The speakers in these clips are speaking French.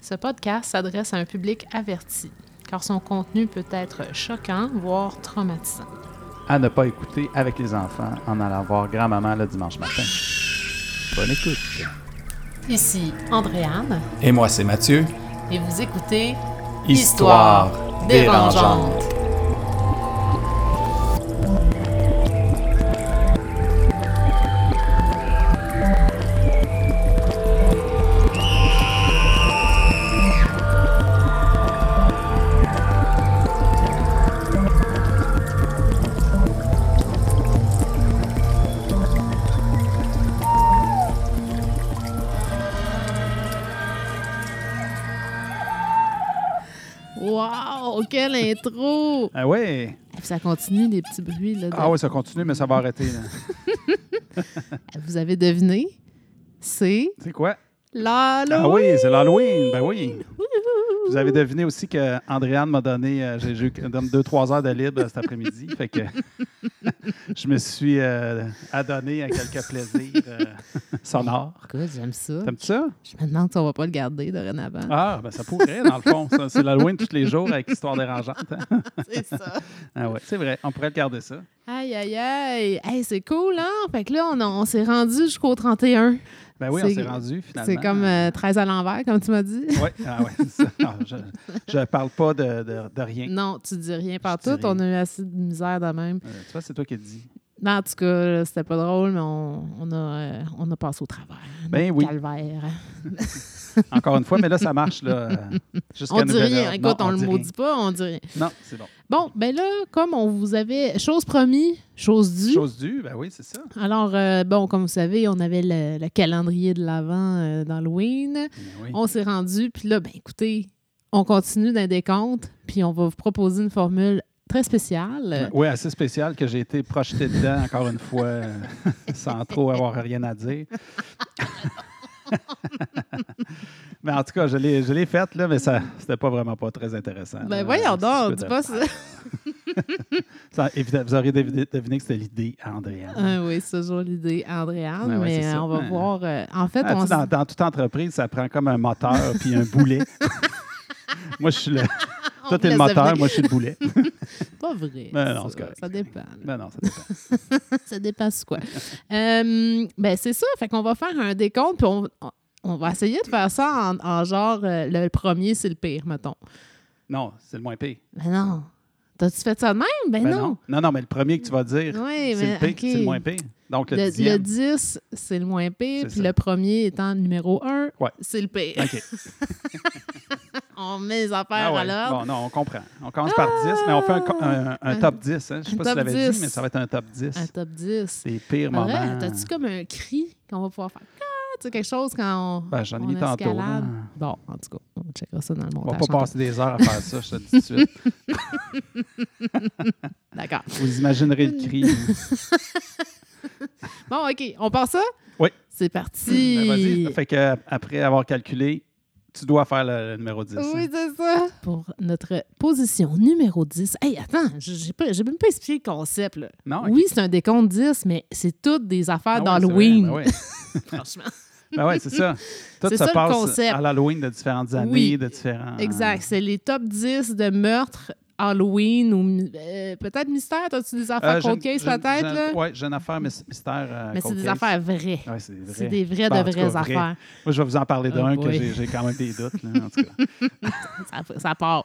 Ce podcast s'adresse à un public averti, car son contenu peut être choquant, voire traumatisant. À ne pas écouter avec les enfants en allant voir grand-maman le dimanche matin. Bonne écoute. Ici Andréane, Et moi, c'est Mathieu. et vous écoutez Histoire dérangeante. Wow, quelle intro! Ah ouais. Et puis Ça continue des petits bruits. Là, de- Ah oui, ça continue, mais ça va arrêter. là. Vous avez deviné? C'est C'est quoi? l'Halloween! Ah oui, c'est l'Halloween. Ben oui. Vous avez deviné aussi que Andréane m'a donné, euh, j'ai j'ai eu comme deux, trois heures de libre euh, cet après-midi. fait que je me suis euh, adonné à quelques plaisirs euh, sonores. Écoute, j'aime ça. T'aimes ça? Je me demande si on va pas le garder dorénavant. Ah, ben ça pourrait, dans le fond. Ça, C'est l'Halloween tous les jours avec Histoire dérangeante. hein. C'est ça. Ah ouais, c'est vrai. On pourrait le garder ça. Aïe, aïe, aïe. Hey, c'est cool, hein? Fait que là, on, a- on s'est rendu jusqu'au 31. Ben oui, on C'est- s'est rendu finalement. C'est comme euh, 13 à l'envers, comme tu m'as dit. Oui, ah ouais, c'est ça. Ah, je ne parle pas de, de- de rien. Non, tu dis rien par dis tout. rien. On a eu assez de misère de même. Euh, tu vois, c'est toi qui le dis. Non, en tout cas, là, c'était pas drôle, mais on, on a, euh, on a passé au travers. Ben oui. Calvaire. Encore une fois, mais là, ça marche. Là, euh, jusqu'à On dit nouvel rien. ordre. Écoute, Non, on, le dit maudit pas, on dit rien. rien. Non, c'est bon. Bon, ben là, comme on vous avait. Chose promis, chose due. Chose due, ben oui, c'est ça. Alors, euh, bon, comme vous savez, on avait le, le calendrier de l'Avent euh, d'Halloween. Ben oui. On s'est rendu, puis là, ben écoutez, on continue dans des comptes, puis on va vous proposer une formule très spéciale. Ben Oui, assez spécial que j'ai été projeté dedans encore une fois euh, sans trop avoir rien à dire. mais en tout cas, je l'ai je l'ai faite, là, mais ça c'était pas vraiment pas très intéressant. Ah, là. Ben voyons C'est donc, ce dis que pas ça. Ça, évidemment, vous auriez deviné, deviné que c'était l'idée, Andréa. Ah oui, c'est toujours l'idée, Andréane, Ouais, ouais, mais c'est ça. euh, on va Ouais. voir. euh, en fait, Ah, tu on sais, dans, s- dans toute entreprise, ça prend comme un moteur puis un boulet. moi, je suis le. on Toi, t'es le laisse moteur, devenir. moi, je suis le boulet. Pas vrai. Ben non, ça. c'est correct, Ça c'est correct. dépend. Non, non, ça dépend. ça dépasse quoi. Euh, ben, c'est ça. Fait qu'on va faire un décompte, puis on, on- on va essayer de faire ça en, en genre euh, le premier, c'est le pire, mettons. Non, c'est le moins pire. Ben non. T'as-tu fait ça de même? Ben, Ben non. non, non, mais le premier que tu vas dire, Oui, c'est mais le pire, OK. c'est le moins pire. Donc, le, Le, le dixième. 10, c'est le moins pire, C'est puis ça. le premier étant le numéro 1, Ouais. c'est le pire. OK. On met les affaires Ah ouais. à l'ordre. Bon, non, on comprend. On commence par 10, mais on fait un, co- un- un Un- top 10. hein. Je ne sais Ah. un pas si top tu 10. l'avais dit, mais ça va être un top 10. Un top 10. C'est les pires André, moments. Ah T'as-tu comme un cri qu'on va pouvoir faire? Ah, tu sais, quelque chose quand on. Ben, J'en ai on mis tantôt. là. escalade? Bon, en tout cas, on checkera ça dans le On montage. va pas tantôt. passer des heures à faire ça, je te le dis tout de suite. D'accord. Vous imaginerez le cri. Bon, OK. On part ça? Oui. C'est parti. Ben, vas-y. Fait que, euh, après avoir calculé, tu dois faire le, le numéro 10. Oui, hein. c'est ça. Pour notre position numéro 10. Hey, attends, j- j'ai pas- j'ai même pas expliqué le concept. Là. Non? Ah, ok. Oui, c'est un décompte 10, mais c'est toutes des Ah affaires ouais, d'Halloween. c'est vrai, Franchement. Ben oui, Ben ouais, c'est ça. Tout C'est se ça le passe concept. à l'Halloween de différentes années, Oui. de différents. Exact. C'est les top 10 de meurtres Halloween ou mi- euh, peut-être mystère. T'as-tu des affaires Euh, cold j'ai- case j'ai- peut-être? j'ai- là? Ouais, j'ai une affaire mys- mystère. euh, mais c'est cold des case. affaires vraies. Ouais, c'est vrai. C'est des vraies Ben, en de tout cas, vraies vrai. affaires. Moi, je vais vous en parler Oh d'un que boy. j'ai- j'ai quand même des doutes. là, en tout cas. Ça, ça part.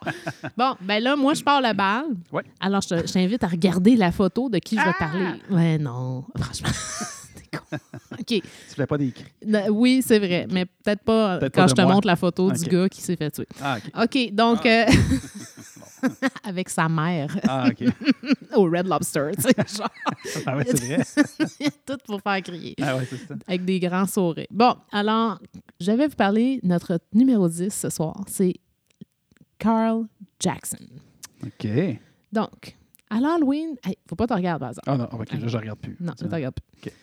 bon, ben là, moi, je pars la balle. Ouais. Ah! Alors, je je t'invite à regarder la photo de qui je vais parler. Ouais, non. Franchement, t'es con. OK. Tu fais pas des cris. Non, Oui, c'est vrai, mais peut-être pas Peut-être quand pas je de te moi. montre la photo du OK. gars qui s'est fait tuer. Ah, OK. OK, donc, euh, avec sa mère Ah, OK. au Red Lobster, tu sais, genre, Ah, ouais, c'est vrai. tout pour faire crier, Ah, ouais, c'est ça. avec des grands sourires. Bon, alors, je vais vous parler, notre numéro 10 ce soir, c'est Carl Jackson. OK. Donc, à l'Halloween, hey, faut pas te regarder par hasard. Ah, non, OK, là, je regarde plus. Non, je te regarde plus. OK.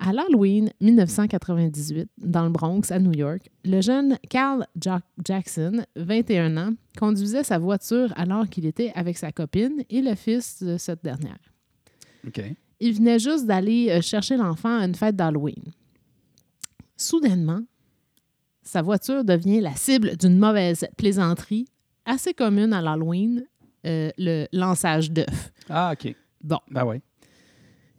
À l'Halloween 1998, dans le Bronx, à New York, le jeune Carl Ja- Jackson, 21 ans, conduisait sa voiture alors qu'il était avec sa copine et le fils de cette dernière. OK. Il venait juste d'aller euh, chercher l'enfant à une fête d'Halloween. Soudainement, sa voiture devient la cible d'une mauvaise plaisanterie assez commune à l'Halloween, euh, le lançage d'œufs. Ah, OK. Bon. Ben oui.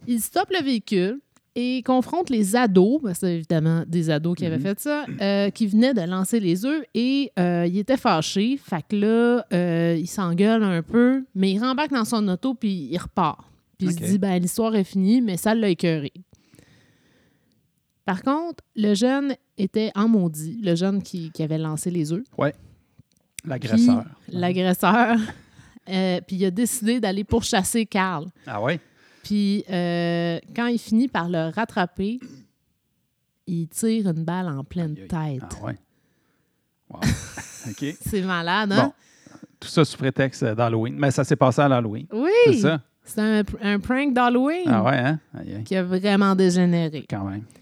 Il stoppe le véhicule et confronte les ados, parce que c'est évidemment des ados qui avaient Mhm. fait ça, euh, qui venaient de lancer les œufs et euh, il était fâché. Fait que là, euh, il s'engueule un peu, mais il rembarque dans son auto puis il repart. Puis il Ok. se dit, ben l'histoire est finie, mais ça l'a écœuré. Par contre, le jeune était en maudit, le jeune qui, qui avait lancé les œufs L'agresseur. l'agresseur. Euh, puis il a décidé d'aller pourchasser Carl. Ah oui? Puis euh, quand il finit par le rattraper, il tire une balle en pleine Aïe, tête. Ah oui. Wow. OK. C'est malade, Bon. hein? Tout ça sous prétexte euh, d'Halloween. Mais ça s'est passé à l'Halloween. C'est oui! ça? C'est un, un prank d'Halloween Ah ouais, hein? Aïe, aïe. qui a vraiment dégénéré. Quand même.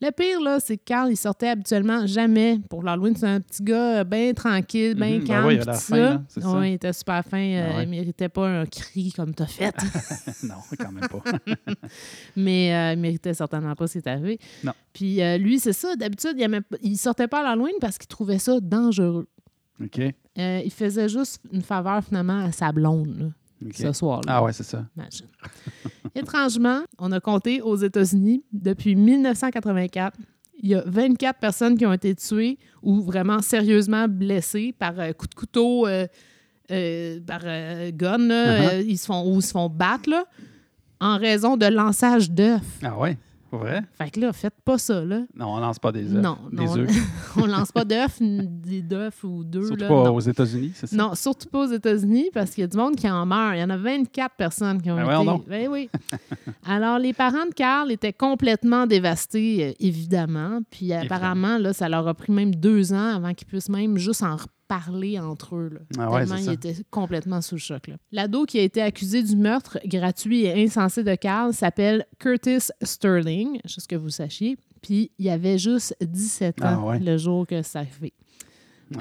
Le pire, là, c'est que Carl, il sortait habituellement jamais pour l'Halloween. C'est un petit gars euh, bien tranquille, bien Mhm. Ben calme. oui, il a puis l'air tout fin, ça. là, c'est ça. Ah Ouais, il était super fin. euh, ouais. Il méritait pas un cri comme t'as fait. non, quand même pas. Mais euh, il méritait certainement pas ce qui est arrivé. Non. Puis euh, lui, c'est ça. D'habitude, il, aimait pas- il sortait pas à l'Halloween parce qu'il trouvait ça dangereux. OK. Euh, il faisait juste une faveur finalement à sa blonde là, OK. ce soir-là. Ah ouais, c'est ça. Imagine. Étrangement, on a compté aux États-Unis depuis 1984. Il y a 24 personnes qui ont été tuées ou vraiment sérieusement blessées par euh, coup de couteau, euh, euh, par euh, gun, là, Uh-huh. euh, ils se font, ou ils se font battre là, en raison de lançage d'œufs. Ah ouais? Pour vrai? Fait que là, faites pas ça, là. Non, on lance pas des œufs. Non, Des non, œufs. on lance pas d'œufs, des d'œufs ou deux. Surtout là, pas non. aux États-Unis, c'est ça? Non, surtout pas aux États-Unis parce qu'il y a du monde qui en meurt. Il y en a 24 personnes qui ont Ben été. voyons donc. Ben oui. Alors, les parents de Carl étaient complètement dévastés, euh, évidemment. Puis apparemment, là, ça leur a pris même deux ans avant qu'ils puissent même juste en reparler entre eux. là. Ah ouais, Tellement c'est ils ça. étaient complètement sous le choc. là. L'ado qui a été accusé du meurtre gratuit et insensé de Carl s'appelle Curtis Sterling, juste que vous sachiez. Puis il avait juste 17 ans Ah ouais. Ah. le jour que ça a fait.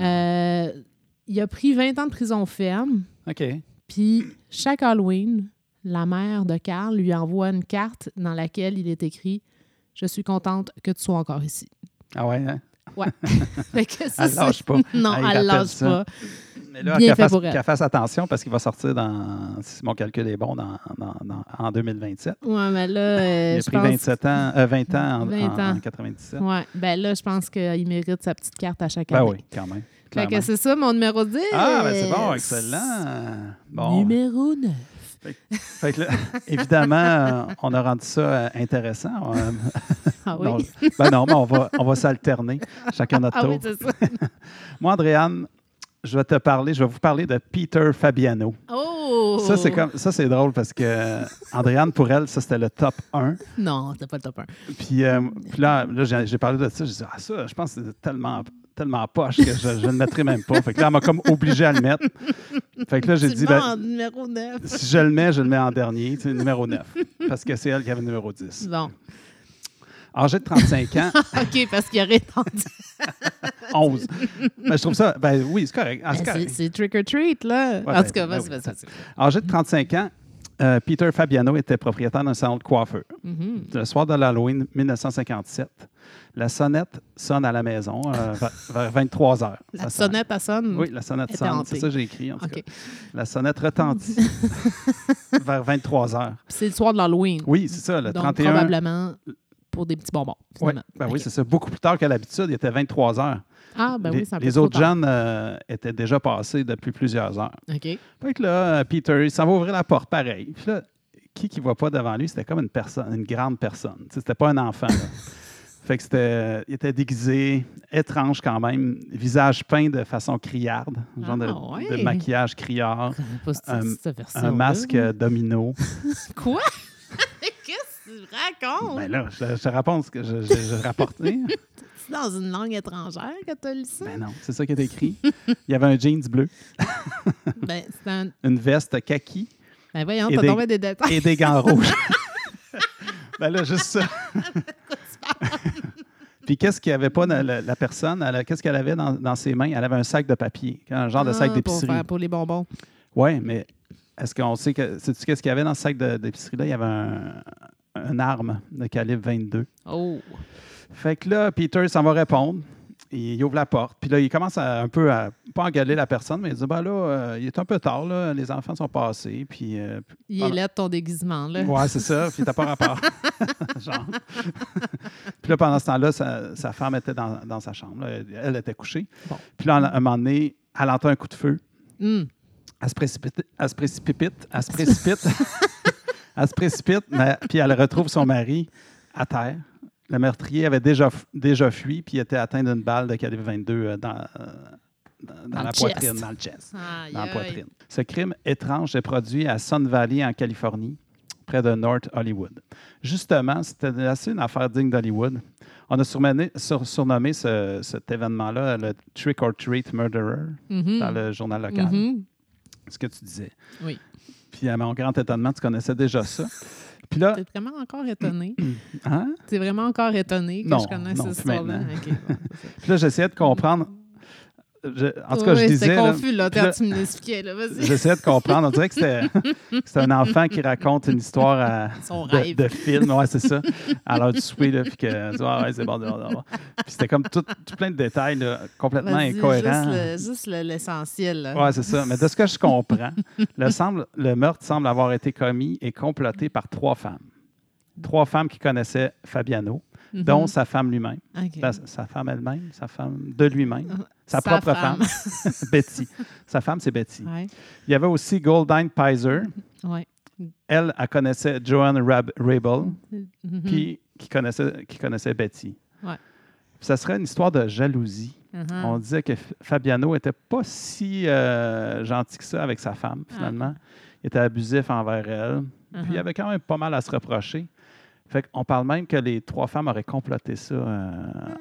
Euh, il a pris 20 ans de prison ferme, OK. puis chaque Halloween, la mère de Carl lui envoie une carte dans laquelle il est écrit Je suis contente que tu sois encore ici. Ah ouais, hein? Fait que ça, Elle c'est- lâche pas. Non, Ah, il elle rappelle lâche ça. pas. Mais là, Bien qu'elle fait fasse, pour elle. qu'elle fasse attention parce qu'il va sortir dans, si mon calcul est bon, dans, dans- dans- en 2027. Ouais, mais là, euh, Il a je pris pense. 27 ans, euh, 20 ans en, 20 en- en ans. 97. Ouais, ben là, je pense qu'il mérite sa petite carte à chaque Ben année. oui, quand même. Fait que clairement. c'est ça, mon numéro 10. Ah, ben c'est bon, excellent. Bon. Numéro 9. Fait que là, évidemment, euh, on a rendu ça euh, intéressant. Euh, Ah oui, non, ben non, mais on va, on va s'alterner, chacun notre ah, tour. oui c'est ça. Moi, Andréane, je vais te parler, je vais vous parler de Peter Fabiano. Oh! Ça, c'est comme, ça, c'est drôle parce que euh, Andréane, pour elle, ça, c'était le top 1. Non, t'as pas le top 1. Puis, euh, puis là, là, j'ai j'ai parlé de ça. J'ai dit, ah, ça, je pense que c'est tellement, tellement poche que je, je ne le mettrai même pas. Fait que là, elle m'a comme obligé à le mettre. Fait que là, j'ai Tu dit, mens, ben, numéro 9. si je le mets, je le mets en dernier, tu sais, numéro 9. Parce que c'est elle qui avait le numéro 10. Bon. Âgé de 35 ans, OK, parce qu'il aurait tendu. 11. Mais je trouve ça, ben oui, c'est correct. Ah, c'est Ben, c'est- correct. c'est trick or treat, là. Ouais, en ben, tout cas, ben vas-y, oui, vas-y. ça- Âgé de 35 ans, euh, Peter Fabiano était propriétaire d'un salon de coiffeur. Mhm. Le soir de l'Halloween 1957, la sonnette sonne à la maison euh, vers- vers 23 heures. La sonnette, elle sonne. Oui, la sonnette était sonne. hantée. C'est ça que j'ai écrit, en tout OK. cas. La sonnette retentit vers 23 heures. C'est le soir de l'Halloween. Oui, c'est ça, le Donc, 31. probablement pour des petits bonbons. Ouais, finalement. ben OK. Oui, c'est ça. Beaucoup plus tard qu'à l'habitude, il était 23 heures. Ah, ben les oui, c'est un peu les trop autres tard. jeunes euh, étaient déjà passés depuis plusieurs heures. OK. Fait que là, euh, Peter, il s'en va ouvrir la porte pareil. Puis là, qui qui voit pas devant lui, c'était comme une personne, une grande personne. Tu sais, C'était pas un enfant. là. fait que c'était, il était déguisé, étrange quand même, visage peint de façon criarde, un genre de, Ah ouais. de maquillage criard, Je connais pas cette- Un- cette version-là. un masque euh, domino. Quoi? Qu'est-ce que tu racontes? Ben là, je, je raconte ce que je, je, je rapporte. ben c'est dans une langue étrangère que tu as lu ça? Ben, non, c'est ça qui est écrit. Il y avait un jeans bleu, Ben, c'est un... une veste kaki ben voyons, Ben. Et t'as des- tombé des détails. et des gants rouges. ben là, juste ça. Puis qu'est-ce qu'il n'y avait pas dans la, la personne? Elle a- Qu'est-ce qu'elle avait dans, dans ses mains? Elle avait un sac de papier, un genre de Ah, sac pour, d'épicerie. faire, pour les bonbons. Oui, mais est-ce qu'on sait que. Sais-tu qu'est-ce qu'il y avait dans ce sac de- d'épicerie-là? Il y avait un, une arme de calibre 22. Oh! Fait que là, Peter s'en va répondre. il ouvre la porte. Puis là, il commence à, un peu à, pas engueuler la personne, mais il dit, ben là, euh, il est un peu tard, là, les enfants sont passés, puis... euh, Il est Voilà. là de ton déguisement, là. Ouais, c'est ça. Puis t'as pas rapport. Genre. puis là, pendant ce temps-là, sa, sa femme était dans, dans sa chambre. là. Elle, elle était couchée. Bon. Puis là, à un moment donné, elle entend un coup de feu. Hum. Elle se précipite. Elle se précipite. Elle se précipite. elle se précipite. mais- puis elle retrouve son mari à terre. Le meurtrier avait déjà, f- déjà fui, puis il était atteint d'une balle de calibre 22 euh, dans, euh, dans, dans le la chest. poitrine, dans le chest Aïe, dans la aïe. poitrine. Ce crime étrange s'est produit à Sun Valley, en Californie, près de North Hollywood. Justement, c'était assez une affaire digne d'Hollywood. On a surmené- sur- surnommé ce- cet événement-là le Trick or Treat Murderer Mhm. dans le journal local. Mhm. Ce que tu disais. Oui. Puis à mon grand étonnement, tu connaissais déjà ça. Puis là, T'es vraiment encore étonné. Ah. hein? T'es vraiment encore étonné que Non, je connaisse non, cette plus histoire-là. maintenant. Ok, bon, c'est ça. Puis là, j'essayais de comprendre. Je- en tout cas, Oui, je C'était disais. là- confus, là. puis quand là- Tu me l'expliquais, là. Vas-y. J'essayais de comprendre. On dirait que c'était c'était un enfant qui raconte une histoire à, Son de, rêve. de film, ouais, c'est ça. À l'heure du souper, là, puis que tu dis, ah ouais, c'est bon, c'est bon, c'est bon. Puis c'était comme tout, tout plein de détails là, complètement Vas-y, incohérents. Juste le- juste le- l'essentiel, là. Ouais, c'est ça. Mais de ce que je comprends, le, semble, le meurtre semble avoir été commis et comploté par trois femmes. Trois femmes qui connaissaient Fabiano, Mhm. dont sa femme lui-même, Ok. La- sa femme elle-même, sa femme de lui-même, sa, Sa propre femme. femme, Betty. Sa femme, c'est Betty. Ouais. Il y avait aussi Goldine Pizer. Ouais. Elle, elle connaissait Joanne Rab Rabel. Mhm. puis qui connaissait, qui connaissait Betty. Ouais. Puis Ça serait une histoire de jalousie. Mhm. On disait que F- Fabiano n'était pas si euh, gentil que ça avec sa femme, finalement. Il était abusif envers elle. Puis il Mhm. avait quand même pas mal à se reprocher. Fait qu'on parle même que les trois femmes auraient comploté ça euh,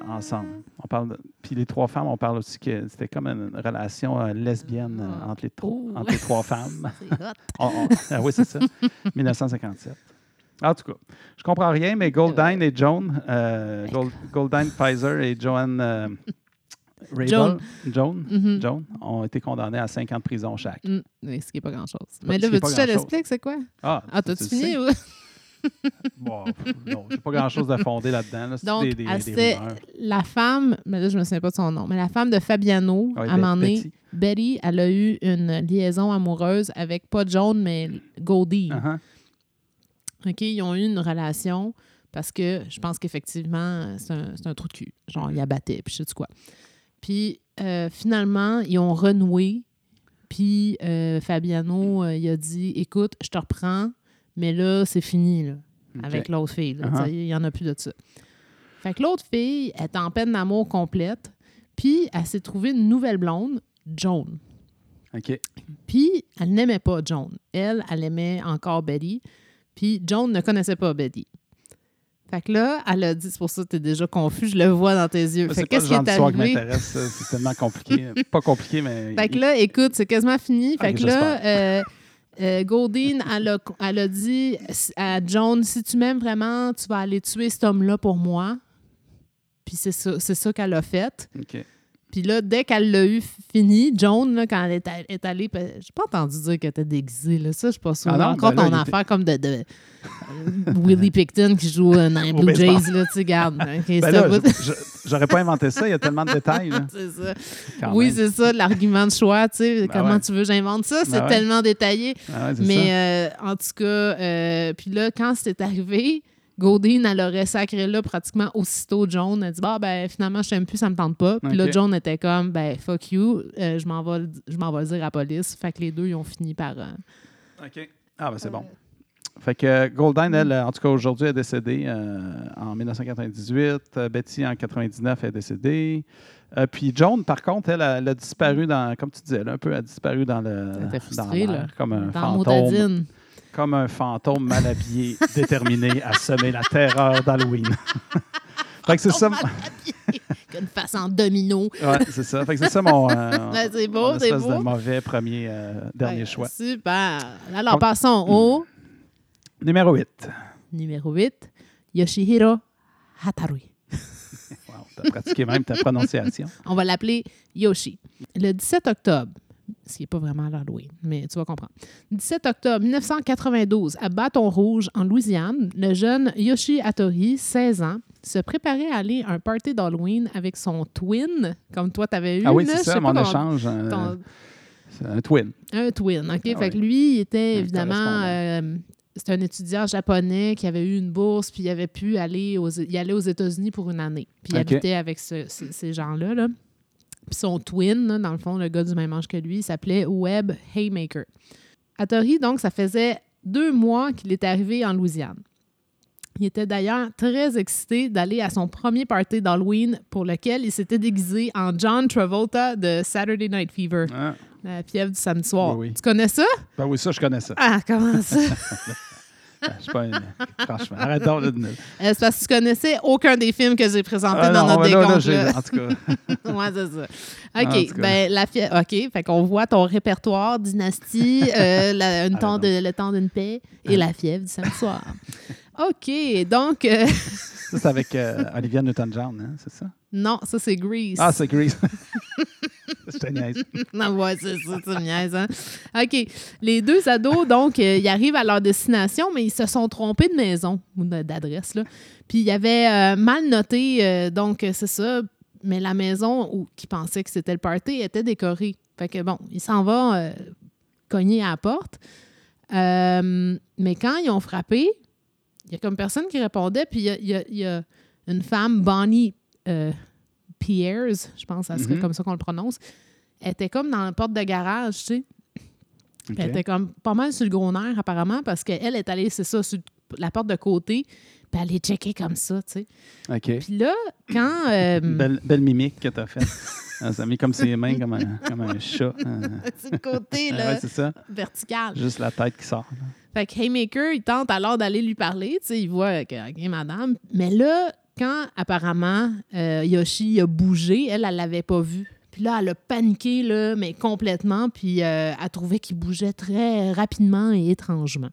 Mmh. ensemble. On parle de- Puis les trois femmes, on parle aussi que c'était comme une relation euh, lesbienne euh, entre, les tro- Oh. entre les trois femmes. C'est hot. On- on- ah oui, c'est ça. 1957. En tout cas, je comprends rien, mais Goldine et Joan, euh, Gold- Goldine Pfizer et Joanne euh, Rabel, Joan. Joan, Mhm. Joan, ont été condamnés à 5 ans de prison chaque. Mm. Oui, ce qui n'est pas grand-chose. Pas- Mais là, ce qui est veux-tu pas que je te grand-chose. l'explique, c'est quoi? Ah, ça, t'as-tu tu le fini? sais. ou- Bon, pff, non, j'ai pas grand-chose à fonder là-dedans. là. C'est Donc, des, des, elle des s'était- rumeurs. la femme, mais là, je me souviens pas de son nom, mais la femme de Fabiano, Ouais, à un moment donné, Ah ben, Betty. Betty, elle a eu une liaison amoureuse avec pas John, mais Goldie. Uh-huh. OK, ils ont eu une relation parce que je pense qu'effectivement, c'est un, c'est un trou de cul. Genre, ils abattaient, puis je sais quoi. Puis euh, finalement, ils ont renoué. Puis euh, Fabiano, euh, il a dit Écoute, je te reprends, mais là, c'est fini, là, OK. avec l'autre fille. là. Uh-huh. Tu sais, Il n'y en a plus de ça. Fait que l'autre fille, elle est en peine d'amour complète. Puis elle s'est trouvée une nouvelle blonde, Joan. OK. Puis, elle n'aimait pas Joan. Elle, elle aimait encore Betty. Puis, Joan ne connaissait pas Betty. Fait que là, elle a dit, c'est pour ça que t'es déjà confus, je le vois dans tes yeux. Ça, Fait C'est que pas le qu'est-ce qui genre est d'histoire qui arrivé? Ben, m'intéresse. ça. C'est tellement compliqué. pas compliqué, mais... Fait que là, écoute, c'est quasiment fini. Fait Ok, que là, euh, euh, Goldine, elle a, elle a dit à Joan, si tu m'aimes vraiment, tu vas aller tuer cet homme-là pour moi. Puis c'est ça, c'est ça qu'elle a fait. OK. Puis là, dès qu'elle l'a eu fini, Joan, là, quand elle est, all- est allée, je j'ai pas entendu dire qu'elle était déguisée, là. Ça, je suis pas sûre. Ah non, Encore ben là, ton il affaire comme de, de- Willie Picton qui joue euh, dans les Au Blue baseball. Jays, là, tu sais, garde. ok, c'est Ben un là, bout- je- je- j'aurais pas inventé ça. Il y a tellement de détails. là, c'est ça. quand Oui, même. c'est ça, l'argument de choix, tu sais. Ben comment ouais. Ben tu veux, que j'invente ça. C'est ouais. tellement détaillé. Ah ouais, c'est ça. Mais euh, en tout cas, euh, puis là, quand c'est arrivé, Godine, elle aurait sacré là pratiquement aussitôt John. Elle dit Bah, ben finalement, je t'aime plus, ça me tente pas. Puis là, Ok. John était comme Ben, fuck you, euh, je m'en vais, le- je m'en vais le dire à la police. Fait que les deux, ils ont fini par. euh, OK. Ah, ben c'est bon. Fait que euh, Goldine, elle, euh, en tout cas, aujourd'hui, est décédée euh, en 1998. euh, Betty, en 99, est décédée. Euh, puis Joan, par contre, elle, elle a disparu dans, comme tu disais, là, un peu, elle a disparu dans le. Mm. Elle était dans frustrée, l'air, là. Comme un dans fantôme. Maudadine. Comme un fantôme mal habillé, déterminé à semer la terreur d'Halloween. fait que c'est ça. Tombe mal habillée, avec une face en domino. Ouais, c'est ça. Fait que c'est ça mon. euh, Ben, c'est beau, mon c'est espèce beau. de mauvais premier, euh, dernier Ouais, choix. Super. Alors, Donc- passons au Numéro 8. numéro 8, Yoshihiro Hattori. Wow, t'as pratiqué même ta prononciation. On va l'appeler Yoshi. Le 17 octobre, ce qui n'est pas vraiment l'Halloween, mais tu vas comprendre. 17 octobre 1992, à Bâton Rouge, en Louisiane, le jeune Yoshi Hattori, 16 ans, se préparait à aller à un party d'Halloween avec son twin, comme toi, t'avais eu. Ah oui, là, c'est je ça, sais mon pas ton- échange. euh, ton- c'est un twin. un twin, OK? Ah fait oui. que lui, il était Un évidemment... correspondant. euh, c'était un étudiant japonais qui avait eu une bourse, puis il avait pu aller aux, il allait aux États-Unis pour une année. Puis il OK. habitait avec ce- ce- ces gens-là. là. Puis son twin, là, dans le fond, le gars du même âge que lui, il s'appelait Webb Haymaker. À Tori, donc, ça faisait deux mois qu'il était arrivé en Louisiane. Il était d'ailleurs très excité d'aller à son premier party d'Halloween pour lequel il s'était déguisé en John Travolta de Saturday Night Fever. Hein? La fièvre du samedi soir. Oui, oui. Tu connais ça? Ben oui, ça, je connais ça. Ah, comment ça? Je suis pas une- Franchement, arrête donc là de nous- Euh, c'est parce que tu connaissais aucun des films que j'ai présentés Ah dans non, notre là, là, décompte. j'ai- là. en tout cas, ouais, c'est ça. En tout OK. cas. Ben, la fièvre. OK. Fait qu'on voit ton répertoire, dynastie, euh, la- une Ah, temps non. Ah. de, le temps d'une paix et la fièvre du samedi soir. OK. Donc, euh, ça, c'est avec euh, Olivia Newton-John, hein, c'est ça? non, ça, c'est Grease. Ah, c'est Grease. Je te niaise. Non, ouais, c'est ça, tu me niaises, hein? OK. Les deux ados, donc, euh, ils arrivent à leur destination, mais ils se sont trompés de maison ou de- d'adresse, là. Puis, ils avaient euh, mal noté, euh, donc, euh, c'est ça. Mais la maison où, qui pensait que c'était le party était décorée. Fait que, bon, il s'en va euh, cogner à la porte. Euh, mais quand ils ont frappé, il y a comme personne qui répondait. Puis, il y a- il y, a- il y a une femme, Bonnie euh, Pierres, je pense, ça serait Mhm. comme ça qu'on le prononce, elle était comme dans la porte de garage, tu sais. OK. Elle était comme pas mal sur le gros nerf, apparemment, parce qu'elle est allée, c'est ça, sur la porte de côté, puis elle est checkée comme ça, tu sais. OK. Puis là, quand... euh, Belle, belle mimique que t'as faite. Elle s'est mis comme ses mains, comme un, comme un chat. Euh, c'est le côté, ouais, là, c'est ça. vertical. Juste la tête qui sort. là. Fait que Haymaker, il tente alors d'aller lui parler, tu sais, il voit que, OK, madame. Mais là, quand apparemment euh, Yoshi a bougé, elle, elle l'avait pas vu. Puis là, elle a paniqué, là, mais complètement, puis euh, elle trouvait qu'il bougeait très rapidement et étrangement,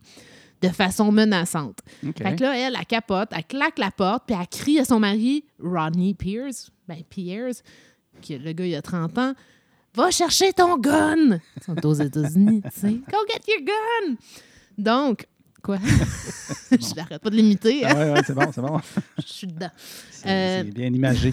de façon menaçante. OK. Fait que là, elle, elle capote, elle claque la porte, puis elle crie à son mari, Rodney Pierce, ben Pierce, qui, le gars, il a 30 ans, va chercher ton gun! Ils sont aux États-Unis, tu sais. Go get your gun! Donc, quoi? Je n'arrête pas de l'imiter, hein? Ah ouais, ouais, c'est bon, c'est bon. je suis dedans. C'est Euh, c'est bien imagé.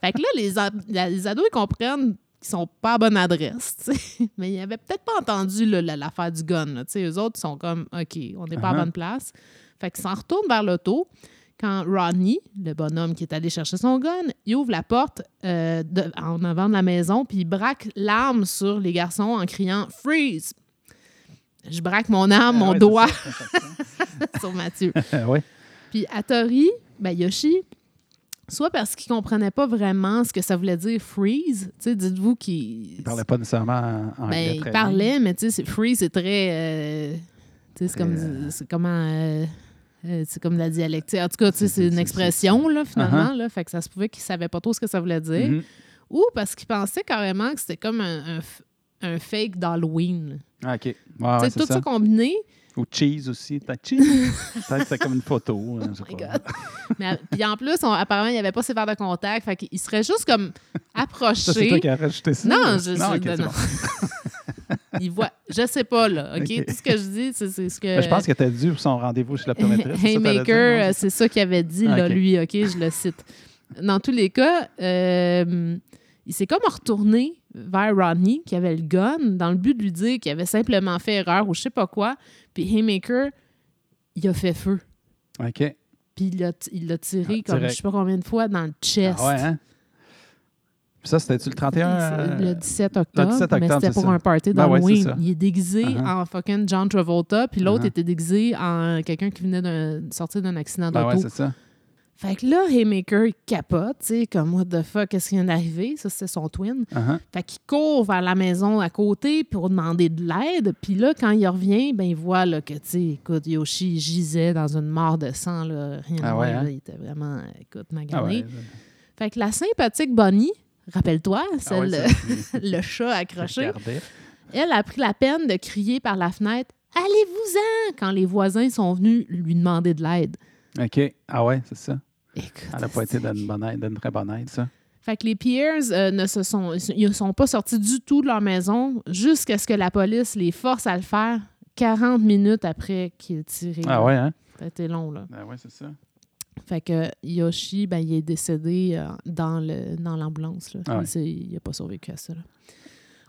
Fait que là, les, ad- la- les ados, ils comprennent qu'ils sont pas à bonne adresse, tu sais. Mais ils avaient peut-être pas entendu là, la- l'affaire du gun, là, tu sais. Eux autres, ils sont comme, OK, on n'est pas à Uh-huh. bonne place. Fait qu'ils s'en retournent vers l'auto. Quand Ronnie, le bonhomme qui est allé chercher son gun, il ouvre la porte euh, de- en avant de la maison, puis il braque l'arme sur les garçons en criant « Freeze! » Je braque mon arme, mon Ah Ouais, doigt c'est ça. sur Mathieu. Ah ouais. Puis Atori, ben Yoshi, soit parce qu'il comprenait pas vraiment ce que ça voulait dire freeze, tu sais, dites-vous qu'il Il parlait pas nécessairement en ben, anglais. il très parlait, mais tu sais, c'est- freeze c'est très euh, tu sais, c'est Très, comme du- euh, c'est comment euh, euh, c'est comme de la dialectique. En tout cas, tu sais, c'est une c'est- Uh-huh. expression là finalement là, fait que ça se pouvait qu'il savait pas trop ce que ça voulait bien. dire Mhm. ou parce qu'il pensait carrément que c'était comme un, un f- un fake d'Halloween. Ah, OK. Ouais, ouais, Tu sais, c'est tout ça. ça combiné, Ou cheese aussi. T'as cheese. Peut-être que c'est comme une photo. hein, je sais Oh my pas. God. Mais, puis en plus, on- apparemment, il n'y avait pas ses verres de contact. Fait qu'il serait juste comme Ça, c'est toi approché. qui as rajouté ça? Non, je- non, je- ok, c'est non. bon. il voit. Je sais pas, là. OK? Ok. Tout ce que je dis, c'est c'est ce que. Ben, je pense que t'as dû pour son rendez-vous chez l'optométriste. c'est ça que t'allais dire, non? Haymaker, euh, c'est ça qu'il avait dit, Ah, là, ok. lui. OK? Je le cite. Dans tous les cas, euh, il s'est comme retourné vers Rodney, qui avait le gun, dans le but de lui dire qu'il avait simplement fait erreur ou je sais pas quoi. Puis Haymaker, il a fait feu. euh, OK. Puis il l'a il l'a tiré Ah, comme direct. je sais pas combien de fois dans le chest. Ah ouais, hein? Puis ça, c'était-tu le 31? C'est euh, Le 17 octobre, le 17 octobre, mais c'était c'est pour ça. un party Ben ouais, d'Halloween. c'est ça. il est déguisé Uh-huh. en fucking John Travolta, puis l'autre Uh-huh. était déguisé en quelqu'un qui venait de sortir d'un accident Ben ouais, d'auto. c'est ça. fait que là, Haymaker, il capote, tu sais, comme « What the fuck, qu'est-ce qui vient d'arriver? » Ça, c'est son twin. Uh-huh. Fait qu'il court vers la maison à côté pour demander de l'aide. Puis là, quand il revient, ben il voit là, que, tu sais, écoute, Yoshi gisait dans une mort de sang, là, rien Ah de ouais, moins, hein? là, il était vraiment, euh, écoute, Ah magané. ouais. Fait que la sympathique Bonnie, rappelle-toi, Ah ouais, celle... c'est- le chat accroché. Regardez. Elle a pris la peine de crier par la fenêtre Allez-vous-en quand les voisins sont venus lui demander de l'aide. OK. Ah ouais, c'est ça. Écoute, Elle n'a pas été d'une bonne aide, d'une très bonne aide, ça. Fait que les Peers euh, ne se sont, ils ne sont pas sortis du tout de leur maison jusqu'à ce que la police les force à le faire 40 minutes après qu'il ait tiré. Ah ouais, hein? Ça a été long, là. Ah ouais, c'est ça. Fait que Yoshi, ben, il est décédé euh, dans le dans l'ambulance. là. Ah ouais. Il s'est- Il n'a pas survécu à ça. là.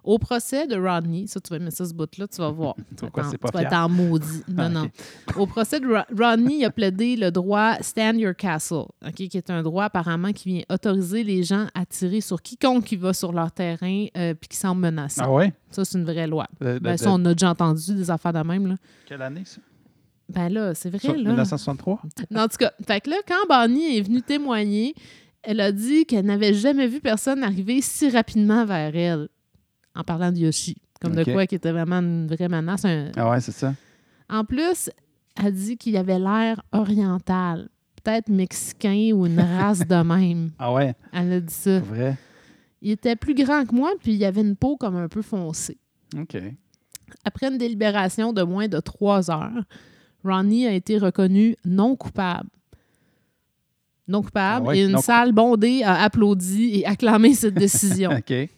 Au procès de Rodney, ça, tu vas mettre ça, ce bout-là, tu vas voir. Pourquoi Attends, c'est pas tu vas être fiable? Ah, en maudit. Non, non. Au procès de Ro- Rodney, il a plaidé le droit Stand Your Castle, ok, qui est un droit apparemment qui vient autoriser les gens à tirer sur quiconque qui va sur leur terrain euh, puis qui semble menaçant. Ah ouais? Ça, c'est une vraie loi. De- de- Ben, de- ça, on a déjà entendu des affaires de même. Là. Quelle année, ça? Ben là, c'est vrai. Sur- Là. 1963? Non, En tout cas, fait que là, quand Bonnie est venue témoigner, elle a dit qu'elle n'avait jamais vu personne arriver si rapidement vers elle, en parlant de Yoshi, comme de Ok. quoi qui était vraiment une vraie menace. un- Ah ouais, c'est ça. En plus, elle dit qu'il avait l'air oriental, peut-être mexicain ou une race de même. Ah ouais, Elle a dit ça. pour vrai. Il était plus grand que moi, puis il avait une peau comme un peu foncée. OK. Après une délibération de moins de trois heures, Ronnie a été reconnu non coupable. Non coupable, Ah ouais, et une non salle bondée a applaudi et acclamé cette décision. OK.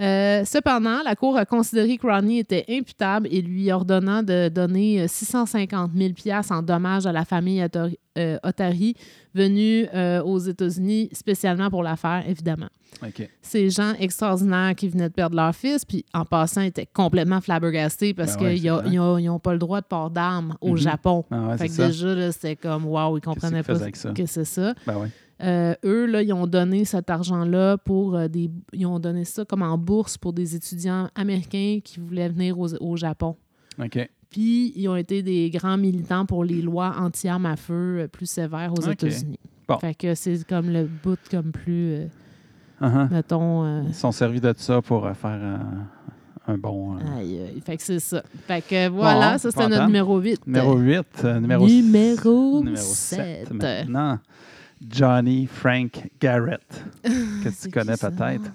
Euh, cependant, la Cour a considéré que Ronnie était imputable et lui ordonnant de donner euh, 650 000 en dommages à la famille Atori- euh, Otari venue euh, aux États-Unis spécialement pour l'affaire, évidemment OK. ces gens extraordinaires qui venaient de perdre leur fils, puis en passant, ils étaient complètement flabbergastés parce Ben ouais, qu'ils n'ont c'est clair. pas le droit de port d'armes au Mhm. Japon. Ah ouais, fait c'est que ça. déjà, là, c'était comme, waouh, ils Qu'est-ce qu'ils comprenaient faisaient pas avec ça? que c'est ça. Ben ouais. Euh, eux, là, ils ont donné cet argent-là pour euh, des. Ils ont donné ça comme en bourse pour des étudiants américains qui voulaient venir aux- au Japon. OK. Puis, ils ont été des grands militants pour les lois anti-armes à feu euh, plus sévères aux Ok. États-Unis. Bon. Fait que c'est comme le bout comme plus, euh, Uh-huh. mettons, euh, Ils se sont servis de ça pour euh, faire euh, un bon. euh, Aïe, aïe. Fait que c'est ça. Fait que voilà, Bon, ça c'était content. notre numéro 8. Numéro 8, numéro, Numéro 7. sept. Maintenant, Johnny Frank Garrett, que C'est tu connais qui ça? peut-être.